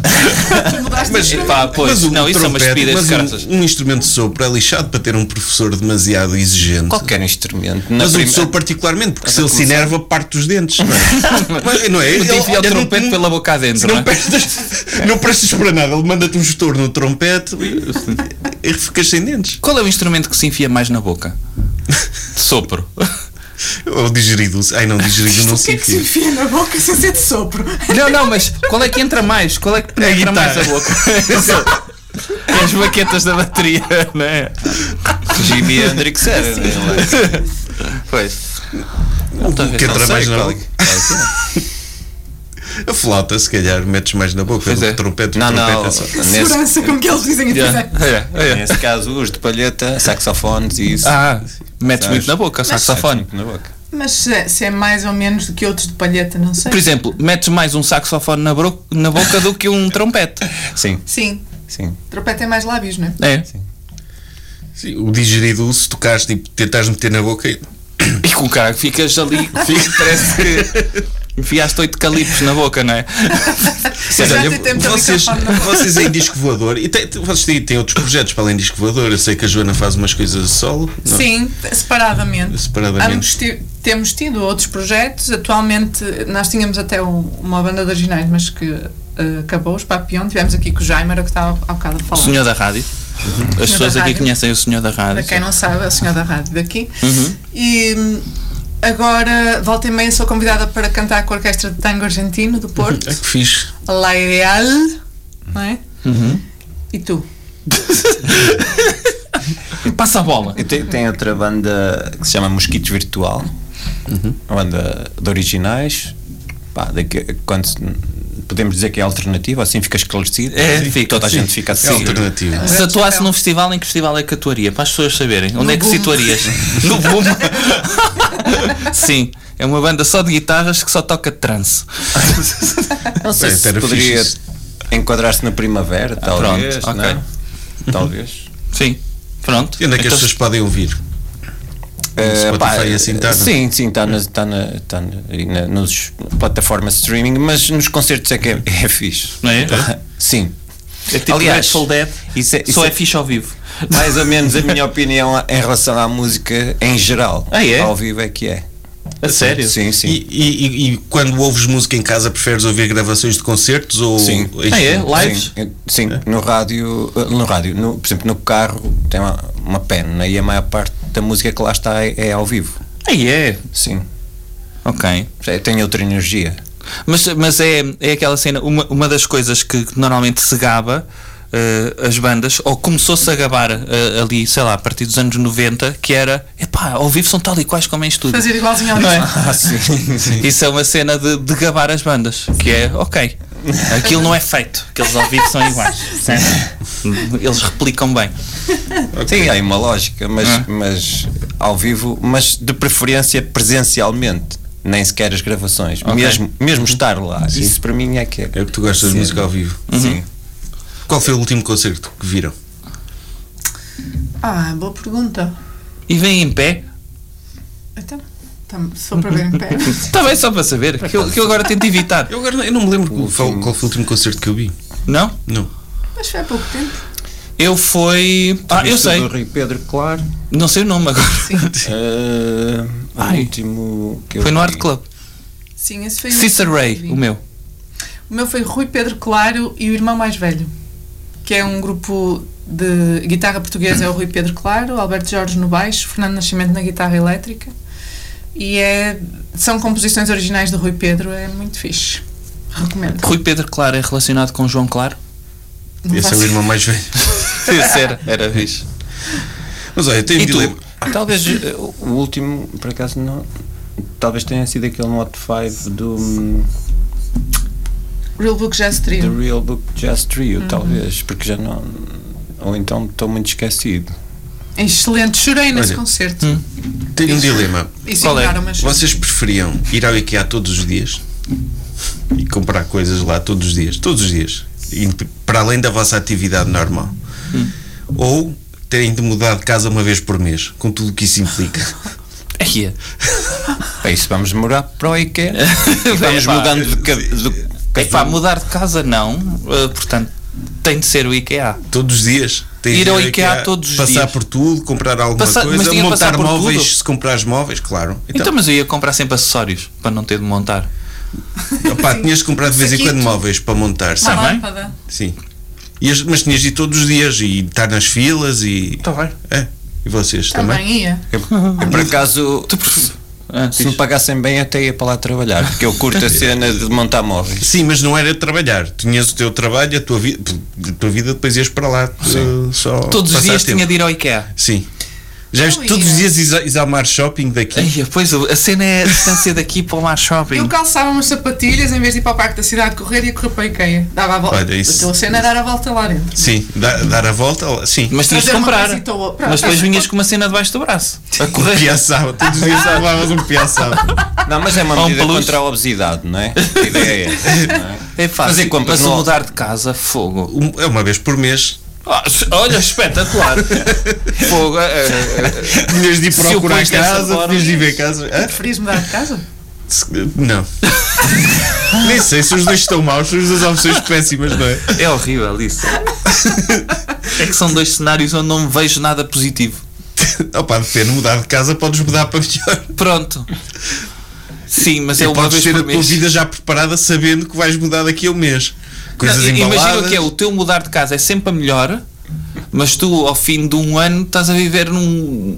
[SPEAKER 3] Mas,
[SPEAKER 5] Epá, pois,
[SPEAKER 3] Oh, mas um
[SPEAKER 5] não, isso é uma
[SPEAKER 3] trompete,
[SPEAKER 5] estupidez de
[SPEAKER 3] mas
[SPEAKER 5] caraças.
[SPEAKER 3] um, um instrumento de sopro é lixado para ter um professor demasiado exigente.
[SPEAKER 7] Qualquer instrumento. Na
[SPEAKER 3] Mas o de
[SPEAKER 7] primeira-
[SPEAKER 3] sopro particularmente, porque se
[SPEAKER 7] a
[SPEAKER 3] ele se
[SPEAKER 7] começar.
[SPEAKER 3] enerva, parte os dentes. Não é? Mas, não é?
[SPEAKER 5] Mas
[SPEAKER 3] Ele-
[SPEAKER 5] enfia o
[SPEAKER 3] olha, não-
[SPEAKER 5] trompete
[SPEAKER 3] não-
[SPEAKER 5] pela boca adentro, não
[SPEAKER 3] Não
[SPEAKER 5] é?
[SPEAKER 3] prestas, não prestas para nada, ele manda-te um gestor no trompete e, e ficas sem dentes.
[SPEAKER 5] Qual é o instrumento que se enfia mais
[SPEAKER 3] <laughs>
[SPEAKER 5] na boca? De sopro.
[SPEAKER 3] Ou digerido, ai não,
[SPEAKER 6] <laughs>
[SPEAKER 3] digerido não
[SPEAKER 6] O que
[SPEAKER 3] sei
[SPEAKER 6] é que se enfia na boca sem ser de sopro?
[SPEAKER 5] Não, não, mas qual é que entra mais? Qual é que penetra
[SPEAKER 3] guitarra.
[SPEAKER 5] mais a boca? <laughs> É As baquetas da bateria, não é?
[SPEAKER 7] <laughs> Jimi Hendrix era. não é?
[SPEAKER 5] Pois.
[SPEAKER 3] O que é
[SPEAKER 7] Não
[SPEAKER 3] entra
[SPEAKER 7] sei
[SPEAKER 3] mais na
[SPEAKER 7] qual- é
[SPEAKER 3] boca. A flauta, se calhar, metes mais na boca.
[SPEAKER 5] Pois
[SPEAKER 3] do
[SPEAKER 5] é.
[SPEAKER 3] que trompete, o
[SPEAKER 7] Não,
[SPEAKER 3] trompete
[SPEAKER 7] não.
[SPEAKER 3] é só-
[SPEAKER 7] Nesse,
[SPEAKER 6] Segurança, como que eles dizem aqui.
[SPEAKER 5] Yeah. Yeah. Yeah.
[SPEAKER 7] <laughs>
[SPEAKER 3] É.
[SPEAKER 7] nesse caso, os de palheta, saxofones e isso.
[SPEAKER 5] É, Ah, metes
[SPEAKER 7] Sabes?
[SPEAKER 5] muito na boca, saxofone.
[SPEAKER 7] Na boca.
[SPEAKER 6] Mas se, se é mais ou menos do que outros de palheta, não sei.
[SPEAKER 5] Por exemplo, metes mais um saxofone na, bro- na boca do que um trompete.
[SPEAKER 7] Sim,
[SPEAKER 6] Sim,
[SPEAKER 7] sim.
[SPEAKER 6] trompete tem mais lábios, não é?
[SPEAKER 5] É.
[SPEAKER 3] Sim, o digerido, se tocares, tipo, tentares meter na boca e.
[SPEAKER 5] E com caraco, ficas ali, fica- parece que enfiaste oito calipos na boca, não é?
[SPEAKER 6] Eu já
[SPEAKER 3] Olha,
[SPEAKER 6] tentei meter o
[SPEAKER 3] vocês,
[SPEAKER 6] microfone na boca.
[SPEAKER 3] vocês em disco voador, e tem, tem- vocês têm, têm outros projetos para além de disco voador. Eu sei que a Joana faz umas coisas a solo. <laughs> não? é?
[SPEAKER 6] Sim, separadamente.
[SPEAKER 3] Separadamente.
[SPEAKER 6] Ambos ti- temos tido outros projetos. Atualmente, nós tínhamos até um- uma banda de originais, mas que eh, acabou, os Papillon. Tivemos aqui com o Jaimer, que estava há bocado a
[SPEAKER 5] O
[SPEAKER 6] falar.
[SPEAKER 5] senhor da rádio. As pessoas
[SPEAKER 6] da
[SPEAKER 5] aqui
[SPEAKER 6] rádio.
[SPEAKER 5] conhecem o senhor da rádio.
[SPEAKER 6] Para quem não sabe, é o senhor da rádio daqui.
[SPEAKER 3] Uhum.
[SPEAKER 6] E hum, agora, volta e meia, sou convidada para cantar com a Orquestra de Tango Argentino do Porto,
[SPEAKER 3] Ai, que fixe.
[SPEAKER 6] La Ideal, não é?
[SPEAKER 3] Uhum.
[SPEAKER 6] E tu?
[SPEAKER 5] Passa a bola.
[SPEAKER 7] E tem, tem outra banda que se chama Mosquitos Virtual,
[SPEAKER 3] Uhum.
[SPEAKER 7] uma banda de originais. Pá, daqui- quando se- podemos dizer que é alternativa, assim fica esclarecido.
[SPEAKER 5] É,
[SPEAKER 7] fica, toda a gente fica
[SPEAKER 3] É
[SPEAKER 7] assim.
[SPEAKER 3] alternativo.
[SPEAKER 5] Se
[SPEAKER 6] Grande
[SPEAKER 5] atuasse
[SPEAKER 6] chapéu.
[SPEAKER 5] num festival, em que festival é que atuaria? Para as pessoas saberem. Onde é que se
[SPEAKER 6] Boom.
[SPEAKER 5] situarias? no Boom. <laughs> Sim, é uma banda só de guitarras que só toca trance.
[SPEAKER 7] Não sei
[SPEAKER 3] Bem,
[SPEAKER 7] se
[SPEAKER 3] É, era
[SPEAKER 7] poderia
[SPEAKER 3] fixe Ah,
[SPEAKER 7] enquadrar-se na primavera, talvez.
[SPEAKER 5] pronto,
[SPEAKER 7] não
[SPEAKER 5] ok.
[SPEAKER 7] é? <laughs>
[SPEAKER 3] Uhum.
[SPEAKER 7] Talvez.
[SPEAKER 5] Sim, pronto.
[SPEAKER 3] E onde é que as
[SPEAKER 5] Então,
[SPEAKER 3] pessoas podem ouvir?
[SPEAKER 7] Eh,
[SPEAKER 3] Spotify
[SPEAKER 7] pá,
[SPEAKER 3] assim tá, não?
[SPEAKER 7] Sim, sim, está nas tá na, tá na, aí na- nos plataformas de streaming, mas nos concertos é <laughs> que é, é fixe.
[SPEAKER 5] Não é?
[SPEAKER 7] Sim.
[SPEAKER 5] É tipo
[SPEAKER 7] Aliás,
[SPEAKER 5] Grateful Dead,
[SPEAKER 7] isso é-
[SPEAKER 5] só
[SPEAKER 7] isso
[SPEAKER 5] é,
[SPEAKER 7] é-
[SPEAKER 5] fixe ao vivo.
[SPEAKER 7] Mais ou menos a minha opinião em relação à música em geral.
[SPEAKER 5] Ah, é?
[SPEAKER 7] Ao vivo é que é.
[SPEAKER 5] A sério?
[SPEAKER 7] Sim, sim.
[SPEAKER 3] E, e- e- e quando ouves música em casa, preferes ouvir gravações de concertos ou.
[SPEAKER 7] Sim.
[SPEAKER 5] Ah, é?
[SPEAKER 3] Isto-
[SPEAKER 5] Lives? É.
[SPEAKER 7] Sim, sim, no rádio, eh, no rádio no- por exemplo, no carro tem uma, uma pena né? e a maior parte da música que lá está é, é ao vivo.
[SPEAKER 5] Aí é.
[SPEAKER 7] Sim.
[SPEAKER 5] Ok.
[SPEAKER 7] Já Tem outra energia.
[SPEAKER 5] Mas, mas é, é aquela cena, uma, uma das coisas que que normalmente se gaba eh, as bandas, ou começou-se a gabar eh, ali, sei lá, a partir dos anos 90, que era, epá, ao vivo são tal e quais como é em estúdio.
[SPEAKER 6] Fazer igualzinho ao
[SPEAKER 5] Não é?
[SPEAKER 6] disco.
[SPEAKER 7] <laughs> Ah, sim.
[SPEAKER 5] Isso é uma cena de, de gabar as bandas, que é, ok, aquilo não é feito, aqueles ao vivo são iguais. né? Eles replicam bem.
[SPEAKER 7] Sim, há aí uma lógica, mas,
[SPEAKER 5] Ah.
[SPEAKER 7] mas ao vivo, mas de preferência presencialmente, nem sequer as gravações,
[SPEAKER 5] Ok. Uhum.
[SPEAKER 7] mesmo, mesmo estar lá. Isso para mim é que é.
[SPEAKER 3] É porque tu gostas de música ao vivo.
[SPEAKER 5] Uhum.
[SPEAKER 7] Sim.
[SPEAKER 3] Qual foi o último concerto que viram?
[SPEAKER 6] Ah, boa pergunta.
[SPEAKER 5] E vêm em pé,
[SPEAKER 6] Então, tam- só para ver em
[SPEAKER 3] <laughs>
[SPEAKER 6] pé.
[SPEAKER 5] está bem só para saber, que eu, que eu agora tento evitar.
[SPEAKER 3] Eu agora não, eu não me lembro qual,
[SPEAKER 7] último-
[SPEAKER 3] qual foi o último concerto que eu vi.
[SPEAKER 5] Não?
[SPEAKER 3] Não.
[SPEAKER 6] Mas foi há pouco tempo.
[SPEAKER 5] Eu fui. Ah, eu
[SPEAKER 7] Vista
[SPEAKER 5] sei,
[SPEAKER 7] Do Rui Pedro, claro.
[SPEAKER 5] não sei o nome agora.
[SPEAKER 7] Ah, o
[SPEAKER 5] Ai.
[SPEAKER 7] último que eu
[SPEAKER 5] Foi no
[SPEAKER 7] vi.
[SPEAKER 5] Art Club.
[SPEAKER 6] Sim, esse foi o
[SPEAKER 5] Cicero
[SPEAKER 6] que
[SPEAKER 5] Ray,
[SPEAKER 6] vi.
[SPEAKER 5] o meu.
[SPEAKER 6] O meu foi Rui Pedro Claro e o irmão mais velho, que é um grupo de guitarra portuguesa é o Rui Pedro Claro, Alberto Jorge no baixo, Fernando Nascimento na guitarra elétrica. E é, são composições originais do Rui Pedro, é muito fixe. Recomendo.
[SPEAKER 5] Rui Pedro Claro é relacionado com João Claro.
[SPEAKER 6] Não
[SPEAKER 3] Esse é o
[SPEAKER 6] faço-
[SPEAKER 3] irmão mais velho.
[SPEAKER 5] Esse era, era fixe.
[SPEAKER 3] Mas olha, tenho
[SPEAKER 5] E
[SPEAKER 3] um
[SPEAKER 5] tu?
[SPEAKER 3] dilema.
[SPEAKER 7] Talvez eh, o último, por acaso, não. Talvez tenha sido aquele Not 5 do hum,
[SPEAKER 6] Real Book Jazz
[SPEAKER 7] The
[SPEAKER 6] Trio.
[SPEAKER 7] Real Book Jazz Trio,
[SPEAKER 5] Uhum.
[SPEAKER 7] talvez, porque já não. Ou então estou muito esquecido.
[SPEAKER 6] Excelente, chorei nesse
[SPEAKER 3] Olha.
[SPEAKER 6] concerto.
[SPEAKER 3] Tenho um dilema.
[SPEAKER 6] Isso
[SPEAKER 5] Qual é?
[SPEAKER 6] ignoraram, mas
[SPEAKER 3] Vocês preferiam ir ao IKEA todos os dias e comprar coisas lá todos os dias, todos os dias, e para além da vossa atividade normal,
[SPEAKER 5] Hum.
[SPEAKER 3] ou terem de mudar de casa uma vez por mês, com tudo o que isso
[SPEAKER 5] <laughs>
[SPEAKER 3] implica?
[SPEAKER 5] Aí é.
[SPEAKER 7] Para É isso vamos morar para o IKEA. E
[SPEAKER 5] <laughs>
[SPEAKER 7] vamos
[SPEAKER 5] Epá.
[SPEAKER 7] mudando de ca- do-
[SPEAKER 5] Epá, mudar de casa não, eh, portanto, tem de ser o IKEA.
[SPEAKER 3] Todos os dias? Tens de
[SPEAKER 5] Ir ao IKEA todos os
[SPEAKER 3] passar
[SPEAKER 5] dias.
[SPEAKER 3] por tudo, comprar alguma
[SPEAKER 5] Passar- mas
[SPEAKER 3] coisa,
[SPEAKER 5] tinha de
[SPEAKER 3] montar
[SPEAKER 5] passar por
[SPEAKER 3] móveis,
[SPEAKER 5] tudo?
[SPEAKER 3] se comprares móveis, claro.
[SPEAKER 5] Então, mas eu ia comprar sempre acessórios para não ter de montar.
[SPEAKER 3] opá, tinhas de comprar de vez em
[SPEAKER 6] Saquito.
[SPEAKER 3] quando móveis para montar,
[SPEAKER 6] uma
[SPEAKER 3] sabe?
[SPEAKER 5] bem.
[SPEAKER 6] lâmpada.
[SPEAKER 3] Sim. Ias- mas tinhas de ir todos os dias e estar nas filas e.
[SPEAKER 5] Tá bem. Tá
[SPEAKER 3] É. E vocês também? É
[SPEAKER 6] Também ia.
[SPEAKER 7] Eu, eu, por acaso,
[SPEAKER 5] Ah,
[SPEAKER 7] se me
[SPEAKER 5] fixe.
[SPEAKER 7] pagassem bem, até ia para lá trabalhar, porque eu
[SPEAKER 5] <laughs>
[SPEAKER 7] curto a cena de montar móveis.
[SPEAKER 3] Sim, mas não era trabalhar. Tinhas o teu trabalho, a tua vida, a tua vida depois ias para lá eh, só.
[SPEAKER 5] Todos os
[SPEAKER 3] passar
[SPEAKER 5] dias
[SPEAKER 3] tempo.
[SPEAKER 5] tinha de ir ao IKEA.
[SPEAKER 3] Sim. Já viste
[SPEAKER 6] ia.
[SPEAKER 3] todos os dias exa- exalmar shopping daqui.
[SPEAKER 5] Aí, pois a cena é a distância daqui para o mar
[SPEAKER 6] Eu
[SPEAKER 5] shopping.
[SPEAKER 6] calçava umas sapatilhas em vez de ir para o parque da cidade correr e correr para a Ikea. Dava a volta.
[SPEAKER 3] Olha, isso-
[SPEAKER 6] A tua cena é dar a volta lá dentro.
[SPEAKER 3] Sim, dar, dar a volta, lá- sim.
[SPEAKER 5] Mas tinhas de
[SPEAKER 6] Trazer uma
[SPEAKER 5] comprar.
[SPEAKER 6] coisita ou outra.
[SPEAKER 5] Mas depois vinhas com uma cena debaixo do braço. A
[SPEAKER 3] Um
[SPEAKER 5] <laughs> correr.
[SPEAKER 3] piaçaba, todos os dias salvavas um piaçaba.
[SPEAKER 7] Não, mas é uma
[SPEAKER 5] Ou um
[SPEAKER 7] medida
[SPEAKER 5] peluche.
[SPEAKER 7] contra a obesidade,
[SPEAKER 5] <laughs>
[SPEAKER 7] não é? A ideia é essa, não é?
[SPEAKER 5] É fácil.
[SPEAKER 7] Fazer compras
[SPEAKER 5] mas
[SPEAKER 7] no-
[SPEAKER 5] mudar de casa, fogo.
[SPEAKER 3] Um- É uma vez por mês. <laughs>
[SPEAKER 5] Ah, s- olha, <laughs> espetacular. Fogo, eh, eh,
[SPEAKER 3] Tinhas de ir
[SPEAKER 5] Se eu
[SPEAKER 3] procurar
[SPEAKER 5] pus dessa
[SPEAKER 3] casa,
[SPEAKER 5] forma-
[SPEAKER 3] tinhas de ir ver casa. Hã?
[SPEAKER 6] Preferias mudar de casa?
[SPEAKER 3] Se- Não. <laughs> Nem sei se os dois estão maus, são as duas opções péssimas, não é?
[SPEAKER 5] eh, é horrível isso. É que são dois cenários onde não vejo nada positivo.
[SPEAKER 3] Opa, depende, mudar de casa podes mudar para melhor.
[SPEAKER 5] Pronto. Sim, mas é
[SPEAKER 3] e
[SPEAKER 5] uma
[SPEAKER 3] podes
[SPEAKER 5] vez
[SPEAKER 3] ter
[SPEAKER 5] por
[SPEAKER 3] a tua
[SPEAKER 5] mês.
[SPEAKER 3] vida já preparada sabendo que vais mudar daqui a um mês. Coisas
[SPEAKER 5] Não, imagina
[SPEAKER 3] embaladas.
[SPEAKER 5] o que é, o teu mudar de casa é sempre a melhor, mas tu ao fim de um ano estás a viver num,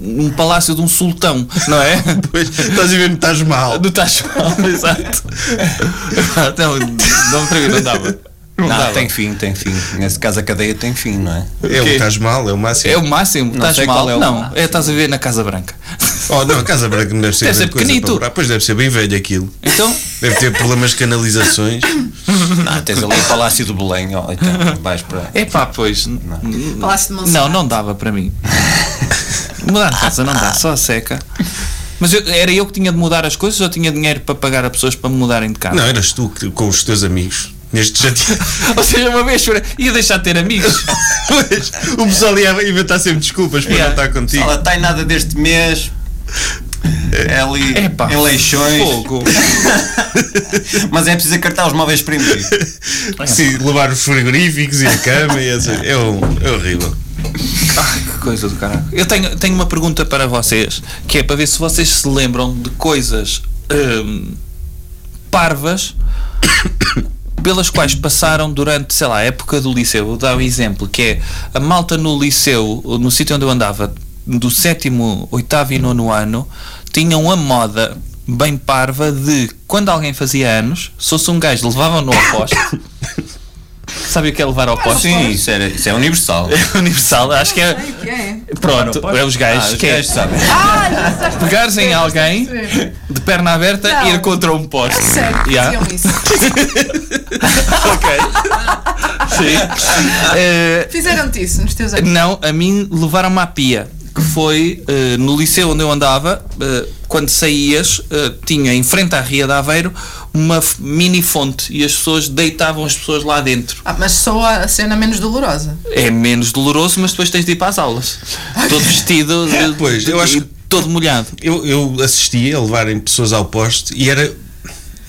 [SPEAKER 5] num palácio de um sultão, não é? <laughs>
[SPEAKER 3] Pois, estás a ver, não estás mal.
[SPEAKER 5] Do estás mal, <laughs> exato. Pá, Não, não para mim, não dava. Não, dava.
[SPEAKER 7] Não, Ah, tem fim, tem fim. Nesse caso a cadeia tem fim, não é?
[SPEAKER 3] É o
[SPEAKER 5] quê?
[SPEAKER 3] que estás mal, é o máximo.
[SPEAKER 5] É o máximo,
[SPEAKER 7] Não
[SPEAKER 5] estás
[SPEAKER 7] sei
[SPEAKER 5] mal.
[SPEAKER 7] qual é o
[SPEAKER 5] não,
[SPEAKER 7] máximo.
[SPEAKER 5] é estás a ver na Casa Branca.
[SPEAKER 3] Oh, não, a Casa Branca não deve ser,
[SPEAKER 5] Deve ser
[SPEAKER 3] grande coisa
[SPEAKER 5] pequenito.
[SPEAKER 3] para morar. Pois deve ser bem velho aquilo.
[SPEAKER 5] Então,
[SPEAKER 3] Deve ter problemas de
[SPEAKER 5] <laughs>
[SPEAKER 3] canalizações.
[SPEAKER 7] Não, tens ali o Palácio do Belém, ó, então vais para.
[SPEAKER 5] é pá, pois. n-
[SPEAKER 6] <laughs> Palácio de
[SPEAKER 5] Não,
[SPEAKER 6] Monsanto.
[SPEAKER 5] não dava para mim. Mudar de casa não dá, só a seca. Mas eu- era eu que tinha de mudar as coisas ou tinha dinheiro para pagar a pessoas para me mudarem de casa?
[SPEAKER 3] Não, eras tu que- com os teus amigos. Neste já tinha-
[SPEAKER 5] Ou seja, uma vez por- ia deixar de ter amigos.
[SPEAKER 3] <laughs> Pois, o pessoal ia inventar sempre desculpas para
[SPEAKER 5] Yeah.
[SPEAKER 3] não estar contigo.
[SPEAKER 7] Ela está em nada deste mês. É ali
[SPEAKER 5] Epá,
[SPEAKER 7] em Leixões.
[SPEAKER 5] Fogo.
[SPEAKER 7] Mas é preciso acartar os móveis <laughs> primeiro.
[SPEAKER 3] Sim, levar os frigoríficos e a cama e essa. É, um, é horrível.
[SPEAKER 5] Que coisa do caralho. Eu tenho, tenho uma pergunta para vocês, que é para ver se vocês se lembram de coisas hum, parvas <coughs> pelas quais passaram durante, sei lá, a época do liceu. Vou dar um exemplo, que é a malta no liceu, no sítio onde eu andava, do sétimo, oitavo e nono ano, tinham a moda bem parva de quando alguém fazia anos, se fosse um gajo, levavam-no ao poste. Sabe o que é levar ao poste?
[SPEAKER 7] Sim, isso, era, isso é universal.
[SPEAKER 5] É universal, acho que é.
[SPEAKER 6] Ai, o que é?
[SPEAKER 5] Pronto, é os
[SPEAKER 7] Ah,
[SPEAKER 5] gajos
[SPEAKER 7] os
[SPEAKER 5] que é
[SPEAKER 7] gajos sabem.
[SPEAKER 5] pegares em alguém
[SPEAKER 6] Sério,
[SPEAKER 5] de perna aberta
[SPEAKER 6] Não. É
[SPEAKER 5] e ir contra um poste. <laughs> Yeah.
[SPEAKER 6] diziam isso.
[SPEAKER 5] Ok. Sim. Eh,
[SPEAKER 6] Fizeram-te isso nos
[SPEAKER 5] <laughs>
[SPEAKER 6] teus anos.
[SPEAKER 5] não, a mim levaram-me à pia, que foi eh, no liceu onde eu andava, eh, quando saías, eh, tinha em frente à Ria de Aveiro uma f- mini fonte e as pessoas deitavam as pessoas lá dentro.
[SPEAKER 6] Ah, mas só a cena menos dolorosa.
[SPEAKER 5] É menos doloroso, mas depois tens de ir para as aulas. Todo vestido de-
[SPEAKER 3] É, Pois, eu acho
[SPEAKER 5] e
[SPEAKER 3] que-
[SPEAKER 5] todo molhado.
[SPEAKER 3] Eu, eu assistia a levarem pessoas ao poste e era.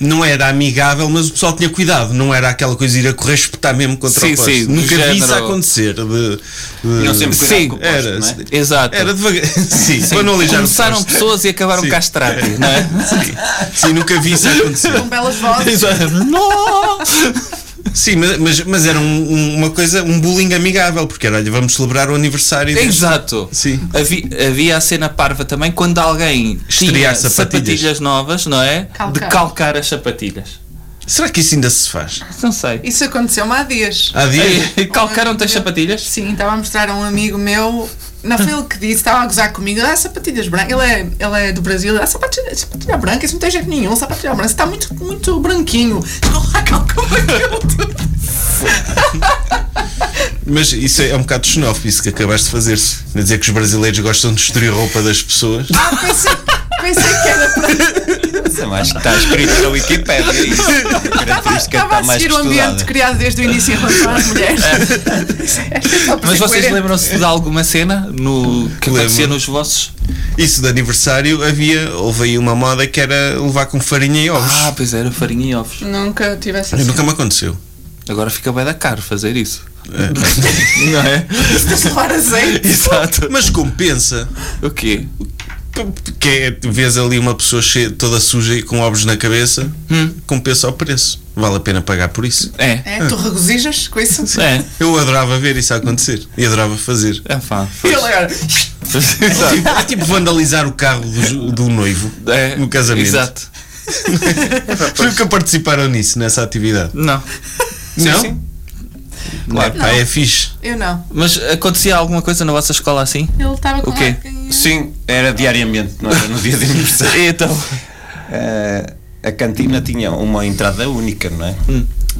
[SPEAKER 3] Não era amigável, mas o pessoal tinha cuidado. Não era aquela coisa de ir a correr espetar mesmo contra
[SPEAKER 5] Sim,
[SPEAKER 3] o poste.
[SPEAKER 5] sim, do
[SPEAKER 3] Nunca vi isso
[SPEAKER 5] género-
[SPEAKER 3] acontecer. De, de-
[SPEAKER 7] Tinham sempre cuidado
[SPEAKER 5] Sim,
[SPEAKER 7] com o posto,
[SPEAKER 3] era,
[SPEAKER 7] não é?
[SPEAKER 5] Exato.
[SPEAKER 3] era devagar. <laughs> Sim, para não aleijar o
[SPEAKER 5] Começaram
[SPEAKER 3] poste.
[SPEAKER 5] pessoas e acabaram
[SPEAKER 3] Sim.
[SPEAKER 5] cá castrati,
[SPEAKER 3] <laughs>
[SPEAKER 5] não é?
[SPEAKER 3] Sim, nunca vi isso acontecer.
[SPEAKER 6] Com belas vozes.
[SPEAKER 5] Não!
[SPEAKER 3] Sim, mas, mas, mas era um- um- uma coisa, um bullying amigável, porque era, olha, vamos celebrar o aniversário deste-
[SPEAKER 5] Exato.
[SPEAKER 3] Sim.
[SPEAKER 5] Havi- Havia, a cena parva também quando alguém tinha
[SPEAKER 3] Estrear
[SPEAKER 5] sapatilhas.
[SPEAKER 3] sapatilhas.
[SPEAKER 5] novas, não é?
[SPEAKER 6] Calcar.
[SPEAKER 5] De calcar as sapatilhas.
[SPEAKER 3] Será que isso ainda se faz?
[SPEAKER 5] Não sei.
[SPEAKER 6] Isso aconteceu-me há dias.
[SPEAKER 3] Há dias?
[SPEAKER 5] Ei, Calcaram-te as sapatilhas?
[SPEAKER 6] Sim, estava a mostrar a um amigo meu. Não foi ele que disse, estava a gozar comigo. Ah, sapatilhas brancas. Ele é, ele é do Brasil. Ah, sapatilha, sapatilha branca, isso não tem jeito nenhum. Sapatilha branca, isso está muito, muito branquinho. <laughs> Chegou lá, calcou aquilo tudo.
[SPEAKER 3] Mas isso é um bocado xenófobo, isso que acabaste de fazer. A dizer que os brasileiros gostam de destruir a roupa das pessoas.
[SPEAKER 6] Ah, pensei, pensei que era para.
[SPEAKER 7] Mas acho que está escrito na Wikipédia. é Isso.
[SPEAKER 6] Estava,
[SPEAKER 5] é
[SPEAKER 7] Característica
[SPEAKER 5] tá
[SPEAKER 6] estava
[SPEAKER 7] está
[SPEAKER 6] a
[SPEAKER 7] mais
[SPEAKER 6] seguir o
[SPEAKER 7] que
[SPEAKER 6] ambiente
[SPEAKER 7] estudada.
[SPEAKER 6] criado desde o início em relação às mulheres.
[SPEAKER 5] É.
[SPEAKER 6] é
[SPEAKER 5] Mas vocês lembram-se de alguma cena no, que
[SPEAKER 3] Lembro.
[SPEAKER 5] acontecia nos vossos?
[SPEAKER 3] Isso de aniversário havia, houve aí uma moda que era levar com farinha e ovos.
[SPEAKER 5] Ah, pois era farinha e ovos.
[SPEAKER 6] Nunca tive essa
[SPEAKER 3] Nunca me aconteceu.
[SPEAKER 5] Agora fica bem da caro fazer isso. <laughs> Não é?
[SPEAKER 6] tipo de levar azeite.
[SPEAKER 5] Exato.
[SPEAKER 3] Mas compensa.
[SPEAKER 5] O quê?
[SPEAKER 3] Que é, vês ali uma pessoa cheia, toda suja e com ovos na cabeça,
[SPEAKER 5] Hum.
[SPEAKER 3] compensa o preço. Vale a pena pagar por isso.
[SPEAKER 5] É.
[SPEAKER 6] É, tu regozijas com isso?
[SPEAKER 5] É.
[SPEAKER 3] Eu adorava ver isso acontecer e adorava fazer.
[SPEAKER 5] É pá.
[SPEAKER 6] E ele agora,
[SPEAKER 5] Exato.
[SPEAKER 3] Tipo, é tipo vandalizar o carro do, do noivo
[SPEAKER 5] É,
[SPEAKER 3] no casamento.
[SPEAKER 5] Exato.
[SPEAKER 3] Nunca participaram nisso, nessa atividade.
[SPEAKER 5] Não.
[SPEAKER 3] não?
[SPEAKER 5] sim.
[SPEAKER 3] Claro, pá, é fixe.
[SPEAKER 6] eu não.
[SPEAKER 5] Mas acontecia alguma coisa na vossa escola assim?
[SPEAKER 6] Ele estava com
[SPEAKER 5] O quê?
[SPEAKER 6] alguém.
[SPEAKER 7] Sim, era diariamente, não era no dia de
[SPEAKER 5] <laughs>
[SPEAKER 7] aniversário.
[SPEAKER 5] Então.
[SPEAKER 7] Eh, a cantina tinha uma entrada única, não é?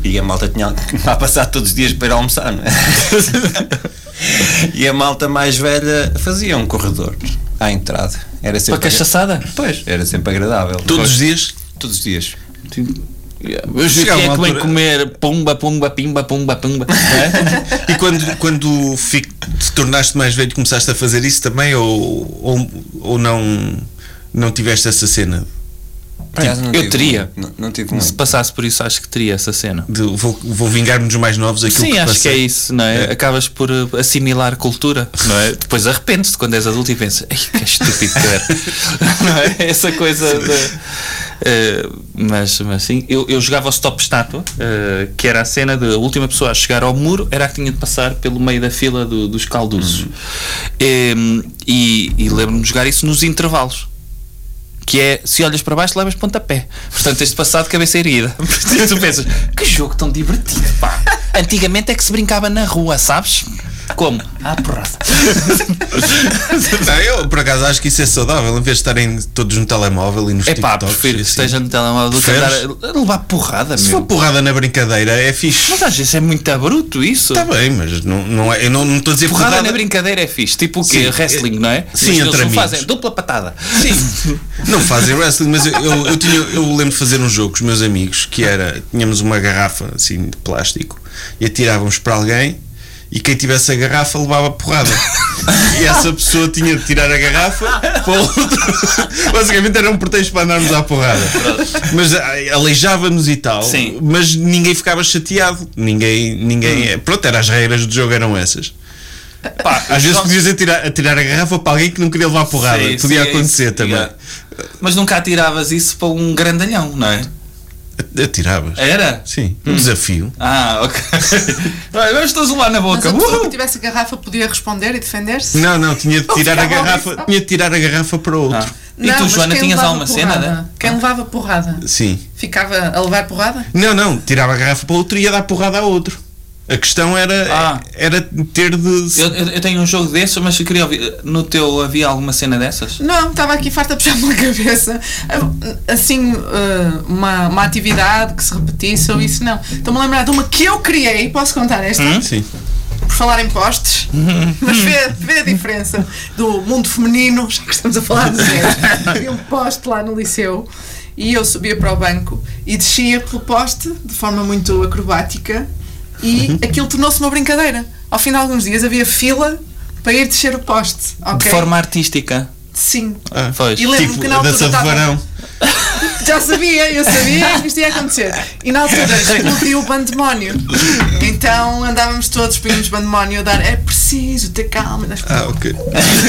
[SPEAKER 7] E a malta tinha a passar todos os dias para ir almoçar, <laughs> não é? e a malta mais velha fazia um corredor à entrada. Era sempre
[SPEAKER 5] Para cachaçada?
[SPEAKER 7] Pois, era sempre agradável.
[SPEAKER 3] Todos os dias?
[SPEAKER 7] Todos os dias.
[SPEAKER 5] Yeah. Mas o que
[SPEAKER 3] Chega
[SPEAKER 5] é
[SPEAKER 3] uma
[SPEAKER 5] que vem
[SPEAKER 3] altura-
[SPEAKER 5] comer? Pumba, pumba, pimba, pumba, pumba. não é?
[SPEAKER 3] E quando, quando fi- te tornaste mais velho, começaste a fazer isso também? Ou, ou, ou não, não tiveste essa cena?
[SPEAKER 7] Por acaso não
[SPEAKER 5] eu
[SPEAKER 7] tive-
[SPEAKER 5] teria.
[SPEAKER 7] Não, não tive um.
[SPEAKER 5] Se
[SPEAKER 7] muito.
[SPEAKER 5] passasse por isso, acho que teria essa cena.
[SPEAKER 3] De vou, vou vingar-me dos mais novos aquilo
[SPEAKER 5] Sim,
[SPEAKER 3] que
[SPEAKER 5] acho que é
[SPEAKER 3] passei?
[SPEAKER 5] isso, não é? Acabas por uh, assimilar cultura, não é? Depois arrependes-te quando és adulto e pensas, ai, que estúpido que era. <laughs> não é? Essa coisa de. uh, mas, mas sim, eu, eu jogava o stop estátua, uh, que era a cena de a última pessoa a chegar ao muro era a que tinha de passar pelo meio da fila do- dos
[SPEAKER 3] Uhum.
[SPEAKER 5] calduços. Um, e e lembro-me de jogar isso nos intervalos que é se olhas para baixo levas pontapé. Portanto, tens de passar de cabeça erguida. <laughs> Portanto,
[SPEAKER 3] <laughs>
[SPEAKER 5] tu pensas, que jogo tão divertido, pá. Antigamente é que se brincava na rua, sabes? Como? Ah, porra.
[SPEAKER 3] <laughs> Não, eu por acaso acho que isso é saudável, em vez de estarem todos no telemóvel e nos
[SPEAKER 5] É pá,
[SPEAKER 3] TikToks e
[SPEAKER 5] prefiro que
[SPEAKER 3] assim.
[SPEAKER 5] esteja no telemóvel do que andar
[SPEAKER 3] Preferes?
[SPEAKER 5] a a levar porrada,
[SPEAKER 3] Se for
[SPEAKER 5] meu.
[SPEAKER 3] porrada na brincadeira, é fixe.
[SPEAKER 5] Mas às vezes é muito abruto isso.
[SPEAKER 3] Está bem, mas não, não é, eu não não estou a dizer
[SPEAKER 5] Tá, Porrada, na brincadeira é fixe, tipo o quê?
[SPEAKER 3] Sim,
[SPEAKER 5] Wrestling,
[SPEAKER 3] é-
[SPEAKER 5] não é?
[SPEAKER 3] sim,
[SPEAKER 5] Mas
[SPEAKER 3] entre
[SPEAKER 5] eles não
[SPEAKER 3] amigos.
[SPEAKER 5] fazem dupla patada. <laughs>
[SPEAKER 3] Sim, não fazem wrestling, mas eu, eu, eu tinha, eu lembro de fazer um jogo com os meus amigos que era: tínhamos uma garrafa assim de plástico e atirávamos para alguém e quem tivesse a garrafa levava porrada. E essa pessoa tinha de tirar a garrafa para o outro. Basicamente era um pretexto para andarmos à porrada. Mas ah, aleijávamos e tal,
[SPEAKER 5] Sim. Hum.
[SPEAKER 3] mas ninguém ficava chateado. Ninguém. ninguém Pronto, eram as regras do jogo eram essas.
[SPEAKER 5] Pá,
[SPEAKER 3] Às vezes
[SPEAKER 5] só-
[SPEAKER 3] podias atirar, atirar a garrafa para alguém que não queria levar porrada.
[SPEAKER 5] Sim,
[SPEAKER 3] Podia
[SPEAKER 5] sim, é
[SPEAKER 3] acontecer
[SPEAKER 5] isso.
[SPEAKER 3] também.
[SPEAKER 5] Yeah. Mas nunca atiravas isso para um grandalhão, não é?
[SPEAKER 3] <laughs> Atiravas?
[SPEAKER 5] Era?
[SPEAKER 3] Sim. Um desafio.
[SPEAKER 5] Ah, ok. Agora estás lá na
[SPEAKER 6] Mas
[SPEAKER 5] boca.
[SPEAKER 6] a pessoa
[SPEAKER 5] Uhul.
[SPEAKER 6] que tivesse a garrafa podia responder e defender-se?
[SPEAKER 3] Não, não, tinha de tirar a
[SPEAKER 6] ficava ali,
[SPEAKER 3] garrafa,
[SPEAKER 6] sabe?
[SPEAKER 3] tinha de tirar a garrafa para outro.
[SPEAKER 5] E
[SPEAKER 6] Não,
[SPEAKER 5] tu,
[SPEAKER 6] mas
[SPEAKER 5] Joana,
[SPEAKER 6] quem
[SPEAKER 5] tinhas
[SPEAKER 6] levava
[SPEAKER 5] alguma cena?
[SPEAKER 6] porrada?
[SPEAKER 5] né?
[SPEAKER 6] Quem levava porrada?
[SPEAKER 3] Sim.
[SPEAKER 6] Ficava a levar porrada?
[SPEAKER 3] Não, não, tirava a garrafa para outro e ia dar porrada a outro. A questão era,
[SPEAKER 5] Ah.
[SPEAKER 3] era ter de.
[SPEAKER 5] Eu, eu- eu tenho um jogo desses, mas eu queria ouvir. No teu havia alguma cena dessas?
[SPEAKER 6] Não, estava aqui farta a puxar pela <laughs> cabeça. Assim, eh, uma, uma atividade que se repetisse ou isso, não. Estou-me a lembrar de uma que eu criei, posso contar esta?
[SPEAKER 5] Hum,
[SPEAKER 3] Sim.
[SPEAKER 6] Por falar em
[SPEAKER 5] <laughs>
[SPEAKER 6] postes, mas vê, vê a diferença do mundo feminino, já que estamos a falar de
[SPEAKER 5] <laughs>
[SPEAKER 6] mulheres. Havia um poste lá no liceu e eu subia para o banco e descia pelo poste de forma muito acrobática
[SPEAKER 5] Uhum.
[SPEAKER 6] e aquilo tornou-se uma brincadeira. Ao fim de alguns dias havia fila para ir descer o poste.
[SPEAKER 5] De
[SPEAKER 6] ok?
[SPEAKER 5] forma artística.
[SPEAKER 6] Sim.
[SPEAKER 3] Ah,
[SPEAKER 5] Pois.
[SPEAKER 6] E lembro-me
[SPEAKER 3] tipo,
[SPEAKER 6] que na
[SPEAKER 3] a
[SPEAKER 6] altura
[SPEAKER 3] dança de
[SPEAKER 6] estava-
[SPEAKER 3] varão.
[SPEAKER 6] Já sabia, eu sabia que isto ia acontecer. E na altura explodiu o pandemónio. Então andávamos todos, pedimos pandemónio a dar. É preciso ter calma. Nós-
[SPEAKER 3] Ah,
[SPEAKER 6] <laughs>
[SPEAKER 3] ok.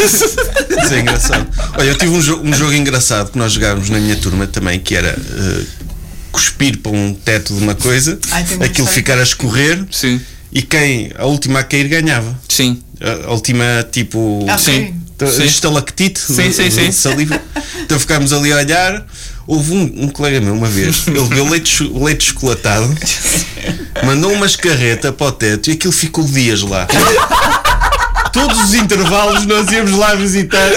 [SPEAKER 3] Isso é engraçado. Olha, eu tive um, jo- um jogo engraçado que nós jogámos na minha turma também, que era eh, cuspir para um teto de uma coisa,
[SPEAKER 6] Ai, tem uma
[SPEAKER 3] aquilo
[SPEAKER 6] história.
[SPEAKER 3] ficar a escorrer
[SPEAKER 5] Sim.
[SPEAKER 3] e quem, a última a cair, ganhava.
[SPEAKER 5] Sim.
[SPEAKER 3] A a última, tipo.
[SPEAKER 6] Ah,
[SPEAKER 5] Sim.
[SPEAKER 3] Então,
[SPEAKER 5] Sim.
[SPEAKER 3] Estalactite
[SPEAKER 5] Sim,
[SPEAKER 3] de-
[SPEAKER 5] sim,
[SPEAKER 3] de
[SPEAKER 5] sim.
[SPEAKER 3] saliva. Então ficámos ali a olhar. Houve um, um colega meu uma vez, ele bebeu leite, cho- leite chocolatado, mandou uma escarreta para o teto e aquilo ficou dias lá. Todos os intervalos nós íamos lá visitar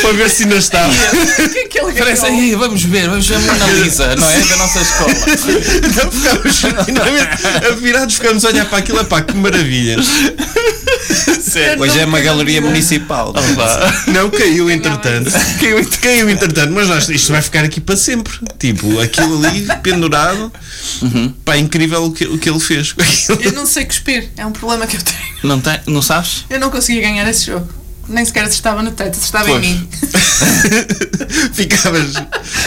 [SPEAKER 3] para ver se ainda
[SPEAKER 5] <laughs>
[SPEAKER 3] estava.
[SPEAKER 6] O que é que ele
[SPEAKER 5] Parece,
[SPEAKER 6] ganhou?
[SPEAKER 5] "Ei, vamos ver, vamos ver a Mona Lisa, não é? Da nossa escola.
[SPEAKER 3] Então ficámos genuinamente virados, ficámos a olhar para aquilo, pá, que maravilha.
[SPEAKER 7] Hoje é uma galeria municipal. não é?
[SPEAKER 3] Não caiu
[SPEAKER 5] <laughs>
[SPEAKER 3] entretanto. Caiu, caiu entretanto, mas nós, isto vai ficar aqui para sempre. Tipo, aquilo ali pendurado.
[SPEAKER 5] Uhum.
[SPEAKER 3] Pá, é incrível o que, o que ele fez com aquilo.
[SPEAKER 6] Eu não sei cuspir, é um problema que eu tenho.
[SPEAKER 5] Não, tem, não sabes?
[SPEAKER 6] Eu não conseguia ganhar esse jogo. Nem sequer estava no teto, estava
[SPEAKER 5] Pois.
[SPEAKER 6] em mim.
[SPEAKER 3] Ficavas.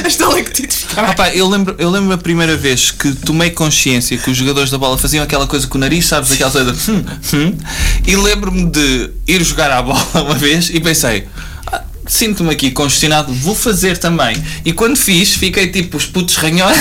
[SPEAKER 6] Estou lá que te
[SPEAKER 3] Tá
[SPEAKER 6] ficava.
[SPEAKER 5] Ah, pá, eu lembro, eu lembro a primeira vez que tomei consciência que os jogadores da bola faziam aquela coisa com o nariz, sabes? Aquela coisa de, hum, hum. E lembro-me de ir jogar à bola <laughs> uma vez e pensei. "Ah, Sinto-me aqui congestionado, vou fazer também. E quando fiz, fiquei tipo os putos ranhosos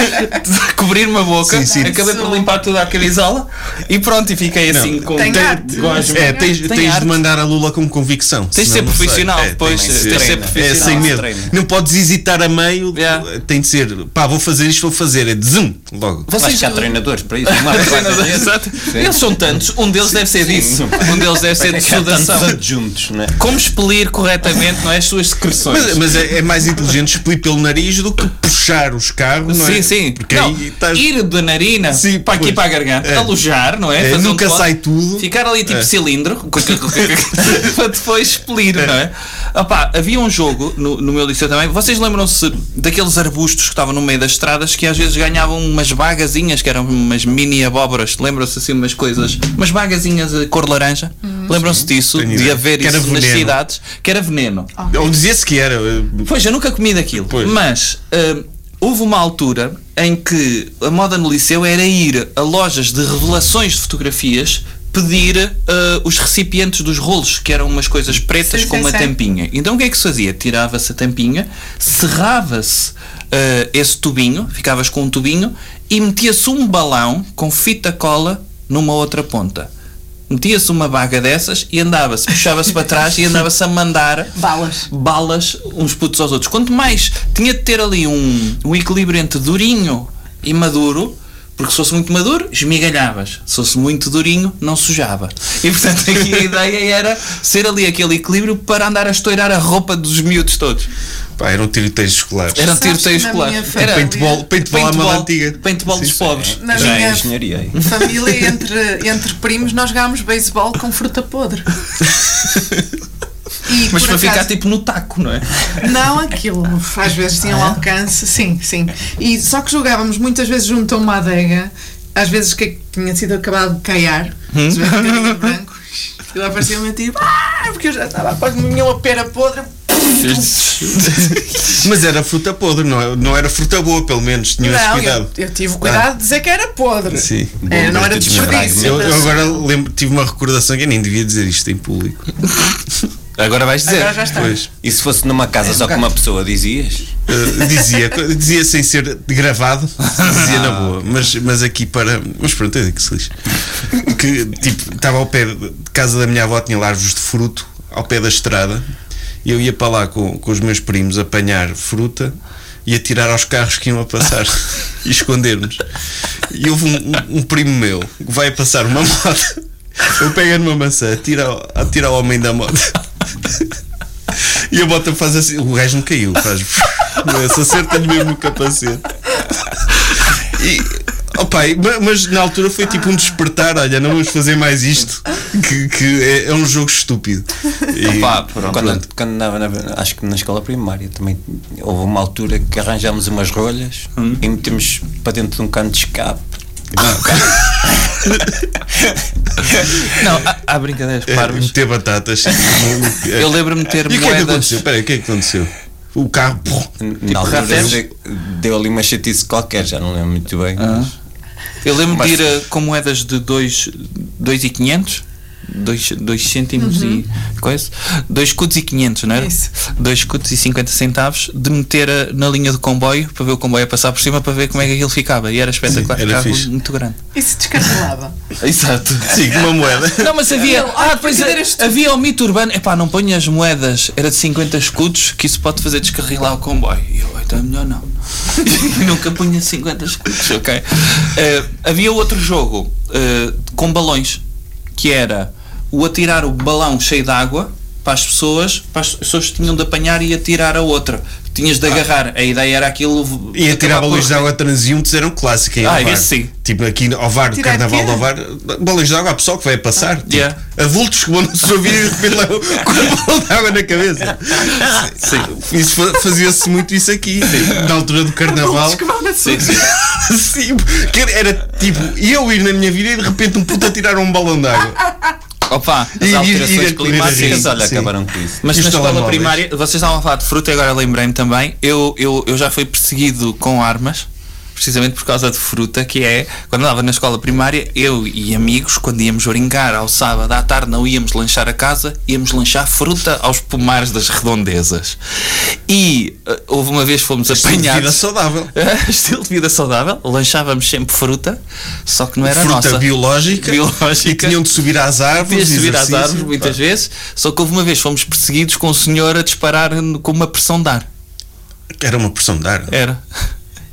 [SPEAKER 5] <laughs> a cobrir-me a boca,
[SPEAKER 3] Sim, sim.
[SPEAKER 5] acabei por limpar toda a camisola e pronto, e fiquei assim com
[SPEAKER 6] Tem
[SPEAKER 5] tem-
[SPEAKER 6] arte.
[SPEAKER 5] gosma.
[SPEAKER 3] É, tens,
[SPEAKER 5] Tem
[SPEAKER 3] tens
[SPEAKER 5] arte.
[SPEAKER 3] de mandar a Lula com convicção.
[SPEAKER 5] Tens de
[SPEAKER 3] senão
[SPEAKER 5] ser
[SPEAKER 3] não sei.
[SPEAKER 5] profissional,
[SPEAKER 3] É,
[SPEAKER 5] pois,
[SPEAKER 3] tem
[SPEAKER 5] tens
[SPEAKER 3] de
[SPEAKER 5] de
[SPEAKER 3] ser,
[SPEAKER 5] ser
[SPEAKER 3] é,
[SPEAKER 5] profissional.
[SPEAKER 3] sem medo.
[SPEAKER 7] Treina.
[SPEAKER 3] Não podes hesitar a meio,
[SPEAKER 5] Yeah.
[SPEAKER 3] tem de ser, pá, vou fazer isto, vou fazer. É de zoom, logo.
[SPEAKER 7] Acho que <laughs> há treinadores para isso. Uma
[SPEAKER 5] Treinadores, <laughs> Exato. Eles são tantos, um deles deve ser disso. Um deles deve ser de
[SPEAKER 7] É Há tantos
[SPEAKER 5] sudação.
[SPEAKER 7] adjuntos, não é?
[SPEAKER 5] Como expelir diretamente, não é? As suas secreções.
[SPEAKER 3] Mas, mas é, é mais inteligente expelir pelo nariz do que puxar os carros, não é?
[SPEAKER 5] Sim, sim.
[SPEAKER 3] Porque
[SPEAKER 5] Não,
[SPEAKER 3] aí estás.
[SPEAKER 5] Ir da narina
[SPEAKER 3] Sim,
[SPEAKER 5] para aqui
[SPEAKER 3] pois.
[SPEAKER 5] para a garganta,
[SPEAKER 3] É.
[SPEAKER 5] alojar, não é?
[SPEAKER 3] É, nunca
[SPEAKER 5] decote,
[SPEAKER 3] sai tudo.
[SPEAKER 5] Ficar ali tipo
[SPEAKER 3] É.
[SPEAKER 5] cilindro
[SPEAKER 3] <laughs>
[SPEAKER 5] para depois expelir, não é? Opá, havia um jogo no, no meu liceu também. Vocês lembram-se daqueles arbustos que estavam no meio das estradas que às vezes ganhavam umas bagazinhas que eram umas mini abóboras? Lembram-se assim umas coisas? Umas bagazinhas de cor laranja? Lembram-se disso?
[SPEAKER 3] Tenho
[SPEAKER 5] De
[SPEAKER 3] ideia.
[SPEAKER 5] haver
[SPEAKER 3] Que era
[SPEAKER 5] isso nas
[SPEAKER 3] veneno.
[SPEAKER 5] cidades? Que era veneno.
[SPEAKER 3] Ou dizia-se que era.
[SPEAKER 5] Pois, eu nunca comi daquilo.
[SPEAKER 3] Pois.
[SPEAKER 5] Mas hum, houve uma altura em que a moda no liceu era ir a lojas de revelações de fotografias pedir hum, os recipientes dos rolos, que eram umas coisas pretas
[SPEAKER 6] Sim,
[SPEAKER 5] com
[SPEAKER 6] sim,
[SPEAKER 5] uma
[SPEAKER 6] sim.
[SPEAKER 5] tampinha. Então o que é que se fazia? Tirava-se a tampinha, serrava-se hum, esse tubinho, ficavas com um tubinho, e metia-se um balão com fita cola numa outra ponta. Metia-se uma baga dessas e andava-se, puxava-se para trás e andava-se a mandar
[SPEAKER 6] Balas.
[SPEAKER 5] balas uns putos aos outros. Quanto mais tinha de ter ali um, um equilíbrio entre durinho e maduro, porque se fosse muito maduro, esmigalhavas. Se fosse muito durinho, não sujava. E portanto aqui
[SPEAKER 3] <laughs>
[SPEAKER 5] a ideia era ser ali aquele equilíbrio para andar a estourar a roupa dos miúdos todos. um
[SPEAKER 3] Pá, um eram tiroteios escolares.
[SPEAKER 5] Eram
[SPEAKER 6] Sabes que
[SPEAKER 5] tiroteios
[SPEAKER 6] na
[SPEAKER 5] escolares.
[SPEAKER 6] minha família-
[SPEAKER 3] Paintball, paintball, à moda antiga.
[SPEAKER 5] paintball dos
[SPEAKER 3] Sim, sim.
[SPEAKER 5] pobres.
[SPEAKER 6] Na
[SPEAKER 7] Já é
[SPEAKER 6] minha
[SPEAKER 7] engenharia aí.
[SPEAKER 6] família, entre, entre primos, nós jogámos beisebol com fruta podre. E,
[SPEAKER 5] Mas
[SPEAKER 6] por
[SPEAKER 5] para ficar
[SPEAKER 6] acaso,
[SPEAKER 5] tipo no
[SPEAKER 3] <laughs>
[SPEAKER 5] taco, não é?
[SPEAKER 6] Não aquilo, às vezes
[SPEAKER 3] Ah,
[SPEAKER 6] tinha um
[SPEAKER 3] é?
[SPEAKER 6] alcance, sim, sim. E só que jogávamos muitas vezes junto a uma adega, às vezes que tinha sido acabado de caiar,
[SPEAKER 3] Hum?
[SPEAKER 6] se vê um bocadinho branco, e lá parecia me tipo, ah, porque eu já estava quase com a minha pera podre.
[SPEAKER 3] Mas era fruta podre, não, é- não era fruta boa, pelo menos. Tinham esse
[SPEAKER 6] Não,
[SPEAKER 3] cuidado. Ah.
[SPEAKER 6] eu, eu tive o cuidado de dizer que era podre.
[SPEAKER 3] Sim.
[SPEAKER 6] É, não
[SPEAKER 7] Bom,
[SPEAKER 6] era
[SPEAKER 7] mas tu
[SPEAKER 6] desperdício.
[SPEAKER 3] Eu, eu
[SPEAKER 6] mas-
[SPEAKER 3] agora lembro, tive uma recordação que eu nem devia dizer isto em público.
[SPEAKER 5] Agora vais dizer.
[SPEAKER 6] Agora já está.
[SPEAKER 3] Pois.
[SPEAKER 7] E se fosse numa casa só com uma pessoa, dizias?
[SPEAKER 3] Uh, dizia, dizia sem ser gravado, dizia na boa, mas, mas aqui para. Mas pronto, é que se lixe. Que tipo, estava ao pé de casa da minha avó, tinha larvos de fruto, ao pé da estrada, e eu ia para lá com, com os meus primos apanhar fruta e atirar aos carros que iam a passar <laughs> e esconder-nos. E houve um, um- um primo meu que vai passar uma <laughs> moto, eu pego numa maçã, atira, ao- atira ao homem da moto. E a bota faz assim, o gajo não caiu, faz. <laughs> Mas acerta-lhe mesmo o capacete. E. Oh pai, ma- mas na altura foi tipo um despertar, olha, não vamos fazer mais isto, que, que é, é um jogo estúpido. E,
[SPEAKER 5] Opa, pronto.
[SPEAKER 7] Quando, quando andava na, acho que na escola primária também houve uma altura que arranjámos umas rolhas e metemos para dentro de um cano de escape.
[SPEAKER 5] Não, há, há brincadeiras
[SPEAKER 3] é,
[SPEAKER 5] parvas.
[SPEAKER 3] meter batatas.
[SPEAKER 5] Eu lembro-me de ter
[SPEAKER 3] E o que é que
[SPEAKER 5] moedas-
[SPEAKER 3] aconteceu? Espera aí, o que é que aconteceu? O carro. pum, <laughs>
[SPEAKER 7] na altura
[SPEAKER 5] ratéis?
[SPEAKER 7] deu, deu ali uma chatice qualquer, já não lembro muito bem. mas-
[SPEAKER 5] Eu lembro
[SPEAKER 7] Mas-
[SPEAKER 5] de ir eh, com moedas de 2,500. 2 cêntimos e coisa 2 escudos e 500, não era?
[SPEAKER 6] Isso.
[SPEAKER 5] 2 escudos e 50 centavos de meter eh, na linha do comboio para ver o comboio a passar por cima para ver como é que aquilo ficava e era espetacular,
[SPEAKER 3] Sim, era
[SPEAKER 5] ficava
[SPEAKER 3] fixe.
[SPEAKER 5] muito grande.
[SPEAKER 6] E se descarregava.
[SPEAKER 5] Exato.
[SPEAKER 3] Sim, uma moeda.
[SPEAKER 5] Não, mas havia, ah, pois
[SPEAKER 6] brincadeira
[SPEAKER 5] é, havia o mito urbano, epá, não ponho as moedas, era de 50 escudos que isso pode fazer descarrilar o comboio. E eu, então é melhor não. <laughs> Nunca punha 50 escudos, ok? Eh, havia outro jogo eh, com balões, que era o atirar o balão cheio de água para as pessoas, para as pessoas tinham de apanhar e atirar a outra. Tinhas de agarrar, a ideia era aquilo.
[SPEAKER 3] Ah. E atirar
[SPEAKER 5] acabar por-
[SPEAKER 3] balões de água transiuntes era um clássico em
[SPEAKER 5] Ah,
[SPEAKER 3] Ovar.
[SPEAKER 5] esse sim.
[SPEAKER 3] Tipo aqui ao VAR, do
[SPEAKER 6] Tirar
[SPEAKER 3] Carnaval
[SPEAKER 6] quê?
[SPEAKER 3] do VAR, balões de água, há pessoal que vai a passar. tipo,
[SPEAKER 5] Ah, yeah.
[SPEAKER 3] Adultos que vão na sua vida e de repente
[SPEAKER 5] <laughs>
[SPEAKER 3] levam com um balão de água na cabeça. Sim. Isso fa- Fazia-se muito isso aqui, na altura do Carnaval.
[SPEAKER 5] Sim, sim.
[SPEAKER 3] Sim, que era- era tipo eu ir na minha vida e de repente um puto a tirar um balão de água.
[SPEAKER 5] Opa, as
[SPEAKER 3] E- e- e
[SPEAKER 5] alterações
[SPEAKER 3] a colher a
[SPEAKER 5] climáticas,
[SPEAKER 3] rir.
[SPEAKER 5] olha,
[SPEAKER 7] Olha,
[SPEAKER 3] Sim.
[SPEAKER 7] acabaram com isso.
[SPEAKER 5] Mas
[SPEAKER 3] E
[SPEAKER 5] na
[SPEAKER 3] os
[SPEAKER 5] escola
[SPEAKER 3] telemóveis?
[SPEAKER 5] primária, vocês estavam a falar de fruta e agora lembrei-me também. Eu, eu, eu já fui perseguido com armas, precisamente por causa de fruta, que é quando andava na escola primária, eu e amigos, quando íamos brincar ao sábado à tarde, não íamos lanchar a casa, íamos lanchar fruta aos pomares das redondezas. E eh, houve uma vez que fomos
[SPEAKER 3] é Vida
[SPEAKER 5] apanhados.
[SPEAKER 3] saudável.
[SPEAKER 5] <laughs> Estilo de vida saudável, lanchávamos sempre fruta, só que não era
[SPEAKER 3] Fruta
[SPEAKER 5] nossa.
[SPEAKER 3] biológica,
[SPEAKER 5] Biológica.
[SPEAKER 3] E tinham de subir às árvores.
[SPEAKER 5] Devias subir às
[SPEAKER 3] exercício.
[SPEAKER 5] árvores muitas vezes, só que houve uma vez fomos perseguidos com o senhor a disparar no- com uma pressão de ar.
[SPEAKER 3] Era uma pressão de ar.
[SPEAKER 5] Era.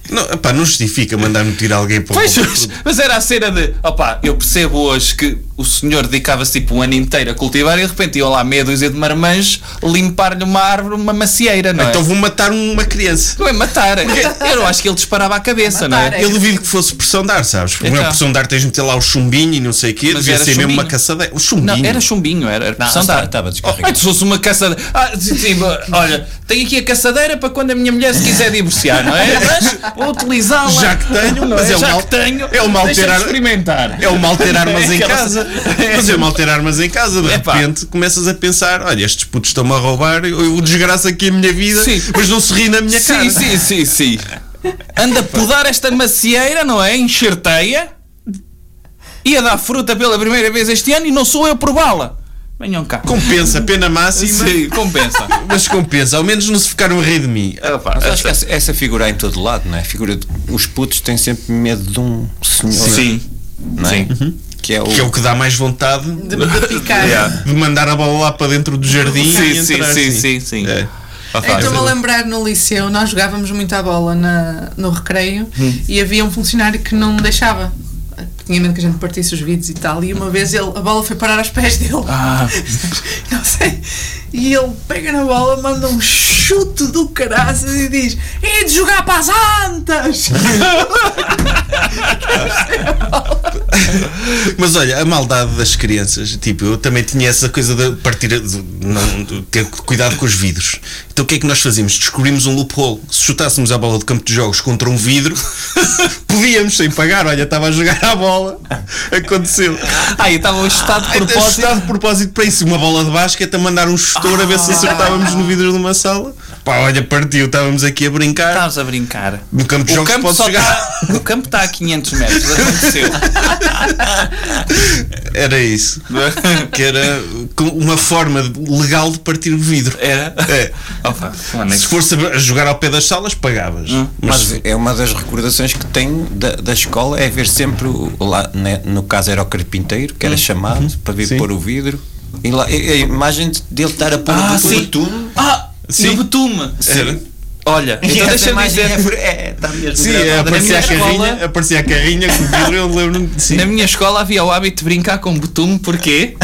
[SPEAKER 3] Não, epá, não justifica mandar-me tirar alguém para o
[SPEAKER 5] Pois, mas, mas era a cena de opá, eu percebo hoje que o senhor dedicava-se tipo o ano inteiro a cultivar e de repente iam lá meia dúzia de marmãs limpar-lhe uma árvore, uma macieira, não é?
[SPEAKER 3] Então vou matar uma criança.
[SPEAKER 5] Não é matar. Eu não acho que ele disparava a cabeça, não
[SPEAKER 6] Matar,
[SPEAKER 5] é?
[SPEAKER 6] é.
[SPEAKER 3] Eu duvido que fosse pressão de ar, sabes? Porque
[SPEAKER 5] Então.
[SPEAKER 3] na pressão de ar tens de meter lá o chumbinho e não sei o quê,
[SPEAKER 5] Mas
[SPEAKER 3] devia
[SPEAKER 5] era
[SPEAKER 3] ser mesmo
[SPEAKER 5] chumbinho.
[SPEAKER 3] uma caçadeira. O
[SPEAKER 5] Não,
[SPEAKER 3] chumbinho. tá,
[SPEAKER 5] era chumbinho, era, era pressão de
[SPEAKER 7] estava-
[SPEAKER 5] ar.
[SPEAKER 7] estava descarregado.
[SPEAKER 5] Ai, tu fosse uma caçadeira. Ah, tipo, olha, tenho aqui a caçadeira para quando a minha mulher se quiser divorciar, não é?
[SPEAKER 3] <laughs>
[SPEAKER 5] Mas vou utilizá-la.
[SPEAKER 3] Já que tenho,
[SPEAKER 5] não é?
[SPEAKER 3] mas é
[SPEAKER 5] já
[SPEAKER 3] uma-
[SPEAKER 5] que tenho,
[SPEAKER 3] é uma
[SPEAKER 5] deixa-me
[SPEAKER 3] alterar-
[SPEAKER 5] experimentar.
[SPEAKER 3] É o mal ter
[SPEAKER 5] <laughs>
[SPEAKER 3] armas em
[SPEAKER 5] Aquela-
[SPEAKER 3] casa. Mas é o mal ter armas em casa. De
[SPEAKER 5] Epá.
[SPEAKER 3] repente começas a pensar: olha, estes putos estão-me a roubar, eu eu desgraço aqui é a minha vida,
[SPEAKER 5] Sim.
[SPEAKER 3] mas não se ri na minha cara.
[SPEAKER 5] Sim, sim, sim, sim. Anda a podar esta macieira, não é? Enxerteia. Ia dar fruta pela primeira vez este ano e não sou eu por bala. Venham cá.
[SPEAKER 3] Compensa,
[SPEAKER 5] <laughs>
[SPEAKER 3] pena máxima,
[SPEAKER 5] Sim, compensa.
[SPEAKER 3] mas compensa. Ao menos não se ficaram a rir de mim.
[SPEAKER 5] Epá,
[SPEAKER 7] Mas acho que essa, essa figura há em todo lado, não é? A figura de- os putos têm sempre medo de um senhor.
[SPEAKER 5] Sim.
[SPEAKER 7] Não é? Que é o.
[SPEAKER 3] Que é o que dá mais vontade
[SPEAKER 6] De, de
[SPEAKER 3] <laughs>
[SPEAKER 6] picar.
[SPEAKER 3] de mandar a bola lá para dentro do jardim.
[SPEAKER 5] É. Sim,
[SPEAKER 3] e
[SPEAKER 5] sim,
[SPEAKER 3] entrar
[SPEAKER 5] sim,
[SPEAKER 3] assim.
[SPEAKER 5] sim, sim. Ah,
[SPEAKER 3] É.
[SPEAKER 6] Eu
[SPEAKER 5] Então
[SPEAKER 6] Estou-me a lembrar no liceu, nós jogávamos muito à bola na- no recreio e havia um funcionário que não me deixava. Tinha medo que a gente partisse os vidros e tal. E uma vez ele, a bola foi parar aos pés dele. <laughs>
[SPEAKER 5] Ah,
[SPEAKER 6] Não sei. E ele pega na bola, manda um chute do caraças e diz: É de jogar para as antas!
[SPEAKER 3] Mas olha, a maldade das crianças, tipo, eu também tinha essa coisa de partir, a- de não- de ter cuidado com os vidros. Então o que é que nós fazíamos? Descobrimos um loophole. Se chutássemos a bola de campo de jogos contra um vidro, <laughs> podíamos sem pagar. Olha, estava a jogar a bola, aconteceu.
[SPEAKER 5] ah eu estava excitado de
[SPEAKER 3] Então,
[SPEAKER 5] propósito.
[SPEAKER 3] chutado de propósito para isso, uma bola de basquete a mandar um chutor a ver
[SPEAKER 5] Ah.
[SPEAKER 3] se acertávamos no vidro de uma sala. Pá, olha, partiu, estávamos aqui a brincar.
[SPEAKER 5] Estavas a brincar.
[SPEAKER 3] No campo de
[SPEAKER 5] Tá. O
[SPEAKER 3] jogos
[SPEAKER 5] campo,
[SPEAKER 3] pode
[SPEAKER 5] só
[SPEAKER 3] jogar.
[SPEAKER 5] tá, o campo está a 500 metros, aconteceu.
[SPEAKER 3] Era isso.
[SPEAKER 5] é?
[SPEAKER 3] <laughs> que era com uma forma legal de partir o vidro. <laughs>
[SPEAKER 5] Era?
[SPEAKER 3] É.
[SPEAKER 5] Opa, mano, é
[SPEAKER 3] Se
[SPEAKER 5] que- Hum.
[SPEAKER 3] fosse a jogar ao pé das salas, pagavas. Mas,
[SPEAKER 7] Mas é uma das recordações que tenho da, da escola é ver sempre o- lá, né, no caso era o carpinteiro que era chamado para vir pôr o vidro e lá e- e a imagem de- dele estar a pôr
[SPEAKER 5] Ah,
[SPEAKER 7] o
[SPEAKER 5] sim.
[SPEAKER 7] betume.
[SPEAKER 5] Ah,
[SPEAKER 3] Sim.
[SPEAKER 5] no Betume.
[SPEAKER 3] era.
[SPEAKER 5] Olha,
[SPEAKER 7] E
[SPEAKER 5] então
[SPEAKER 7] essa
[SPEAKER 5] deixa-me
[SPEAKER 7] imagem
[SPEAKER 5] dizer.
[SPEAKER 7] é, é, tá mesmo
[SPEAKER 3] Sim,
[SPEAKER 7] gravada.
[SPEAKER 3] aparecia
[SPEAKER 5] minha
[SPEAKER 3] a,
[SPEAKER 5] escola-
[SPEAKER 3] carrinha, aparecia a carrinha com o vidro, eu lembro-me de
[SPEAKER 5] Na
[SPEAKER 3] sim.
[SPEAKER 5] minha escola havia o hábito de brincar com betume, porque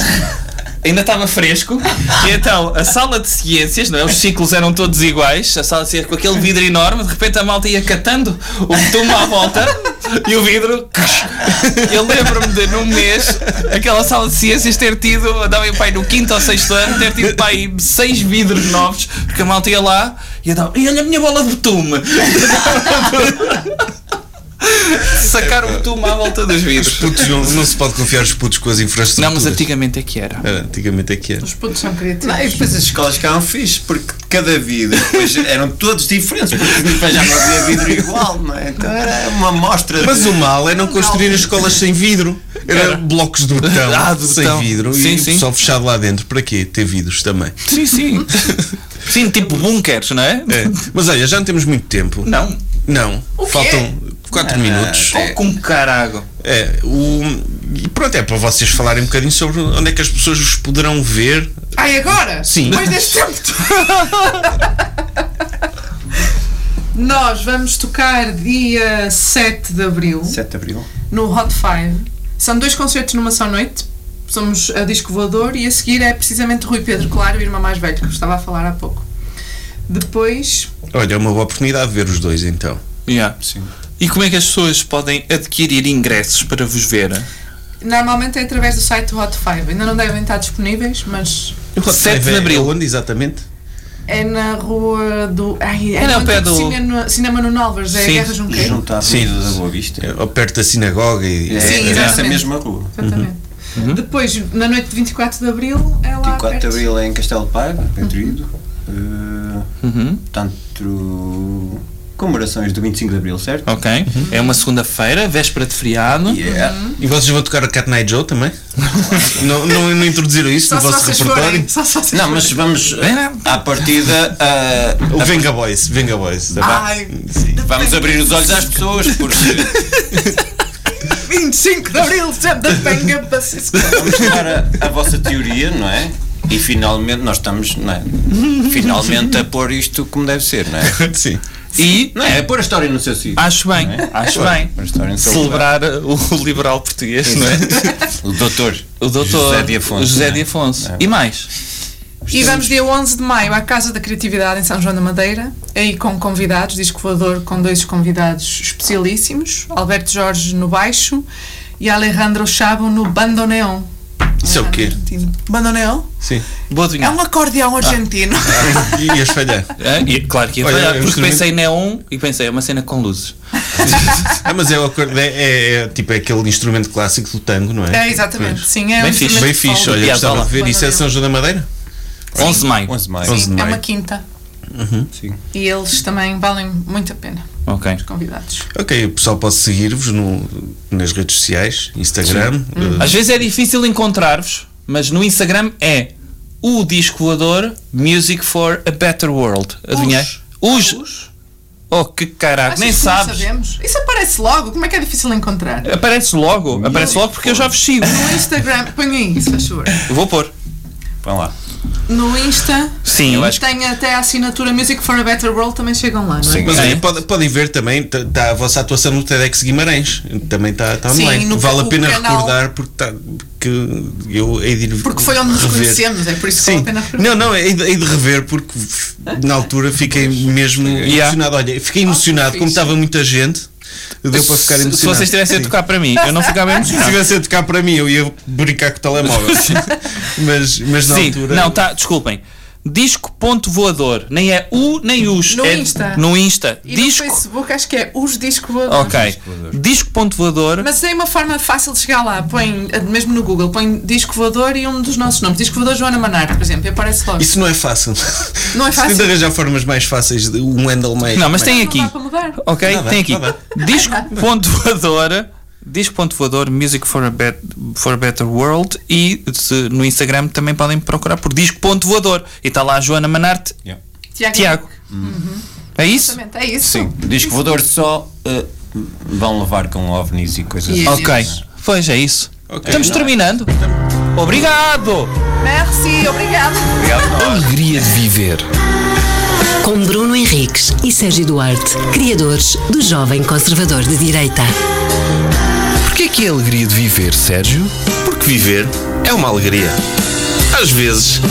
[SPEAKER 5] ainda estava fresco. E então, a sala de ciências, não é? os ciclos eram todos iguais, a sala de ciências com aquele vidro enorme, de repente a malta ia catando o betume à volta e o vidro. Eu lembro-me de, num mês, aquela sala de ciências ter tido, andava meu pai no quinto ou sexto ano, ter tido pai seis vidros novos, porque a malta ia lá e andava, e olha a minha bola de betume! <laughs> Sacar o betume à volta dos vidros.
[SPEAKER 3] Putos, não, não se pode confiar os putos com as infraestruturas.
[SPEAKER 5] Não, mas antigamente é que era.
[SPEAKER 3] Era, antigamente é que era.
[SPEAKER 6] Os putos são criativos.
[SPEAKER 7] Não, e depois as escolas ficavam fixe, porque cada vidro depois eram todos diferentes, porque depois já não havia vidro igual, não é? Então era uma mostra
[SPEAKER 3] Mas o mal é não construir as escolas sem vidro. Era, blocos de botão,
[SPEAKER 5] <laughs> Ah, de
[SPEAKER 3] sem
[SPEAKER 5] botão.
[SPEAKER 3] vidro
[SPEAKER 5] Sim,
[SPEAKER 3] e
[SPEAKER 5] sim.
[SPEAKER 3] só fechado lá dentro. Para quê? Ter vidros
[SPEAKER 5] <laughs>
[SPEAKER 3] também.
[SPEAKER 5] Sim, sim. Sim, tipo bunkers, não é?
[SPEAKER 3] É. Mas olha, já não temos muito tempo.
[SPEAKER 5] Não.
[SPEAKER 3] Não.
[SPEAKER 6] quê?
[SPEAKER 3] Faltam 4 minutos.
[SPEAKER 5] Ou com carago.
[SPEAKER 3] É, o, e pronto, é para vocês falarem um bocadinho sobre onde é que as pessoas vos poderão ver.
[SPEAKER 6] Ai, agora?
[SPEAKER 3] Sim.
[SPEAKER 6] Depois deste tempo todo. <laughs> Nós vamos tocar dia 7 de abril
[SPEAKER 7] 7 de Abril.
[SPEAKER 6] no Hot Five. São dois concertos numa só noite. Somos a Disco Voador e a seguir é precisamente Rui Pedro Claro, o irmão mais velho que eu estava a falar há pouco. Depois
[SPEAKER 3] Olha, é uma boa oportunidade de ver os dois então.
[SPEAKER 5] Yeah.
[SPEAKER 7] Sim.
[SPEAKER 5] E como é que as pessoas podem adquirir ingressos para vos ver?
[SPEAKER 6] Normalmente é através do site do Hot 5. Ainda não devem estar disponíveis, mas
[SPEAKER 5] 7 de
[SPEAKER 3] É
[SPEAKER 5] Abril.
[SPEAKER 3] onde exatamente?
[SPEAKER 6] é na rua do. Ai, é
[SPEAKER 5] É
[SPEAKER 6] no
[SPEAKER 5] ao pé
[SPEAKER 6] antigo
[SPEAKER 5] do-
[SPEAKER 6] cinema, no- cinema Nuno Álvares, é a
[SPEAKER 5] Sim.
[SPEAKER 6] Guerra Junqueiro.
[SPEAKER 7] Junto à
[SPEAKER 3] Sim.
[SPEAKER 7] Avenida da Boa Vista.
[SPEAKER 3] É, ou perto da sinagoga e.
[SPEAKER 7] É,
[SPEAKER 6] Sim,
[SPEAKER 7] é essa
[SPEAKER 6] exatamente.
[SPEAKER 7] mesma rua.
[SPEAKER 6] Exatamente.
[SPEAKER 7] Uhum.
[SPEAKER 6] Depois, na noite de 24 de Abril, é lá.
[SPEAKER 7] 24 de
[SPEAKER 6] perto.
[SPEAKER 7] Abril é em Castelo de Paiva, Pedrido. Uh,
[SPEAKER 5] Uhum.
[SPEAKER 7] Tanto comemorações do 25 de Abril, certo?
[SPEAKER 5] Ok. É uma segunda-feira, véspera de feriado.
[SPEAKER 7] Yeah.
[SPEAKER 3] E vocês vão tocar a Cat Night Joe também? não, não, não introduziram isso
[SPEAKER 6] Só
[SPEAKER 3] no
[SPEAKER 6] se
[SPEAKER 3] vosso
[SPEAKER 6] vocês
[SPEAKER 3] repertório?
[SPEAKER 6] forem. Só se vocês
[SPEAKER 7] Não,
[SPEAKER 6] forem.
[SPEAKER 7] mas vamos uh,
[SPEAKER 5] Era.
[SPEAKER 7] à partida. uh,
[SPEAKER 3] O Venga Boys, Venga Boys.
[SPEAKER 7] Ah.
[SPEAKER 6] Ai,
[SPEAKER 7] vamos abrir os olhos às pessoas, porque
[SPEAKER 6] 25 de Abril, sempre penga para se
[SPEAKER 7] vamos dar a, a vossa teoria, não é? E finalmente nós estamos, não é? Finalmente a pôr isto como deve ser, não é?
[SPEAKER 3] Sim.
[SPEAKER 5] E
[SPEAKER 7] Não é? É pôr a história no seu sítio.
[SPEAKER 5] acho bem,
[SPEAKER 7] Não é?
[SPEAKER 5] acho
[SPEAKER 7] Pôr-
[SPEAKER 5] bem.
[SPEAKER 7] pôr a história no seu
[SPEAKER 5] Celebrar o <laughs> liberal português, não é?
[SPEAKER 7] O doutor.
[SPEAKER 5] O doutor
[SPEAKER 7] José de Afonso.
[SPEAKER 5] José
[SPEAKER 7] não é?
[SPEAKER 5] de Afonso.
[SPEAKER 7] É.
[SPEAKER 5] E mais?
[SPEAKER 6] E vamos dia 11 de maio à Casa da Criatividade em São João da Madeira, aí com convidados, disco voador com dois convidados especialíssimos, Alberto Jorge no baixo e Alejandro Chabo no bandoneon.
[SPEAKER 3] Isso é o quê?
[SPEAKER 6] Argentino. Bandoneon?
[SPEAKER 3] Sim.
[SPEAKER 5] Boa
[SPEAKER 6] É
[SPEAKER 5] adivinhar.
[SPEAKER 6] um acordeão argentino.
[SPEAKER 3] Ah. E ias falhar.
[SPEAKER 5] Hã? E, claro que ia
[SPEAKER 3] Olha,
[SPEAKER 5] falhar,
[SPEAKER 3] eu
[SPEAKER 5] porque
[SPEAKER 3] experimento-
[SPEAKER 5] pensei neon e pensei, é uma cena com luzes.
[SPEAKER 3] Ah, mas é o acorde, é, é tipo é aquele instrumento clássico do tango, não é?
[SPEAKER 6] É, exatamente. Sim, é
[SPEAKER 5] Bem
[SPEAKER 6] um
[SPEAKER 5] fixe.
[SPEAKER 6] instrumento
[SPEAKER 3] Bem
[SPEAKER 6] de
[SPEAKER 3] fixe,
[SPEAKER 6] folga.
[SPEAKER 3] olha,
[SPEAKER 5] E a
[SPEAKER 3] gostava
[SPEAKER 5] bola?
[SPEAKER 3] de ver isso é São João da Madeira?
[SPEAKER 5] 11 de maio.
[SPEAKER 7] 11 de maio.
[SPEAKER 3] Onze de
[SPEAKER 6] Sim, é
[SPEAKER 3] maio.
[SPEAKER 6] uma quinta.
[SPEAKER 7] Sim.
[SPEAKER 6] E eles também valem muito a pena,
[SPEAKER 5] Ok.
[SPEAKER 6] os convidados.
[SPEAKER 3] Ok, o pessoal pode seguir-vos no- nas redes sociais, Instagram. eh,
[SPEAKER 5] Às vezes é difícil encontrar-vos, mas no Instagram é o disco voador Music for a Better World. Adivinhei? Os. Oh, que caraca, nem
[SPEAKER 6] Achas que não
[SPEAKER 5] sabes.
[SPEAKER 6] sabemos? Isso aparece logo, como é que é difícil encontrar?
[SPEAKER 5] Aparece logo, aparece logo porque eu já vos sigo.
[SPEAKER 6] No Instagram, ponha aí, se faz favor.
[SPEAKER 5] Eu Vou pôr.
[SPEAKER 7] Vão lá.
[SPEAKER 6] No Insta
[SPEAKER 5] Sim, eu acho que.
[SPEAKER 6] tem até a assinatura Music for a Better World, também chegam lá, não é?
[SPEAKER 7] Sim.
[SPEAKER 3] Mas
[SPEAKER 5] É.
[SPEAKER 3] olha, pode- podem ver também, está a vossa atuação no TEDx Guimarães, também está tá
[SPEAKER 6] Sim,
[SPEAKER 3] online.
[SPEAKER 6] no
[SPEAKER 3] vale a
[SPEAKER 6] ca- o
[SPEAKER 3] pena
[SPEAKER 6] canal-
[SPEAKER 3] recordar porque, tá, porque eu hei de ir
[SPEAKER 6] Porque foi onde nos
[SPEAKER 3] rever.
[SPEAKER 6] conhecemos, é por isso que
[SPEAKER 3] Sim.
[SPEAKER 6] vale a pena rever.
[SPEAKER 3] Não, não, hei de, hei de rever porque f- na altura fiquei
[SPEAKER 6] <laughs>
[SPEAKER 3] mesmo emocionado. Olha, fiquei emocionado,
[SPEAKER 6] que
[SPEAKER 3] como
[SPEAKER 6] fixe.
[SPEAKER 3] estava muita gente, deu para ficar
[SPEAKER 5] Se, se
[SPEAKER 3] emocionado.
[SPEAKER 5] vocês estivessem a
[SPEAKER 3] Sim.
[SPEAKER 5] tocar para mim, eu
[SPEAKER 3] <laughs>
[SPEAKER 5] não ficava
[SPEAKER 3] Se
[SPEAKER 5] emocionado.
[SPEAKER 3] estivesse a tocar para mim, eu ia brincar com o
[SPEAKER 5] <laughs>
[SPEAKER 3] telemóvel. mas, mas na
[SPEAKER 5] Sim,
[SPEAKER 3] altura.
[SPEAKER 5] não, tá, desculpem. Disco.voador. Nem é o, nem os.
[SPEAKER 6] No
[SPEAKER 5] é
[SPEAKER 6] Insta.
[SPEAKER 5] No Insta.
[SPEAKER 6] E
[SPEAKER 5] disco.
[SPEAKER 6] no Facebook acho que é os disco voadores.
[SPEAKER 5] Ok. Disco.voador.
[SPEAKER 6] Mas é uma forma fácil de chegar lá. Põe, mesmo no Google, põe disco voador e um dos nossos nomes. Disco voador Joana Manar, por exemplo, e aparece logo.
[SPEAKER 3] Isso não é fácil.
[SPEAKER 6] Não é
[SPEAKER 3] Se
[SPEAKER 6] fácil?
[SPEAKER 3] tenta arranjar formas mais fáceis, de- um handle mais.
[SPEAKER 5] Não, mas tem
[SPEAKER 6] Não
[SPEAKER 5] aqui.
[SPEAKER 6] dá para mudar.
[SPEAKER 5] Ok,
[SPEAKER 3] Nada,
[SPEAKER 5] tem aqui.
[SPEAKER 3] nada.
[SPEAKER 5] Disco ponto voador, disco ponto voador, Music for a, Bet- for a Better World e se- no Instagram também podem procurar por disco ponto voador. E está lá a Joana Manarte,
[SPEAKER 7] Yeah.
[SPEAKER 6] Tiago.
[SPEAKER 5] Tiago. É isso?
[SPEAKER 6] Exatamente, é isso.
[SPEAKER 7] Sim. Disco voador só eh, vão levar com ovnis e coisas
[SPEAKER 6] Yeah.
[SPEAKER 7] assim.
[SPEAKER 5] Ok, pois é isso.
[SPEAKER 3] Ok.
[SPEAKER 5] Estamos terminando. Obrigado!
[SPEAKER 6] Merci, obrigada.
[SPEAKER 2] Alegria de viver.
[SPEAKER 4] Com Bruno Henriques e Sérgio Duarte, criadores do Jovem Conservador de Direita.
[SPEAKER 2] Porquê que é alegria de viver, Sérgio?
[SPEAKER 8] Porque viver é uma alegria. Às vezes.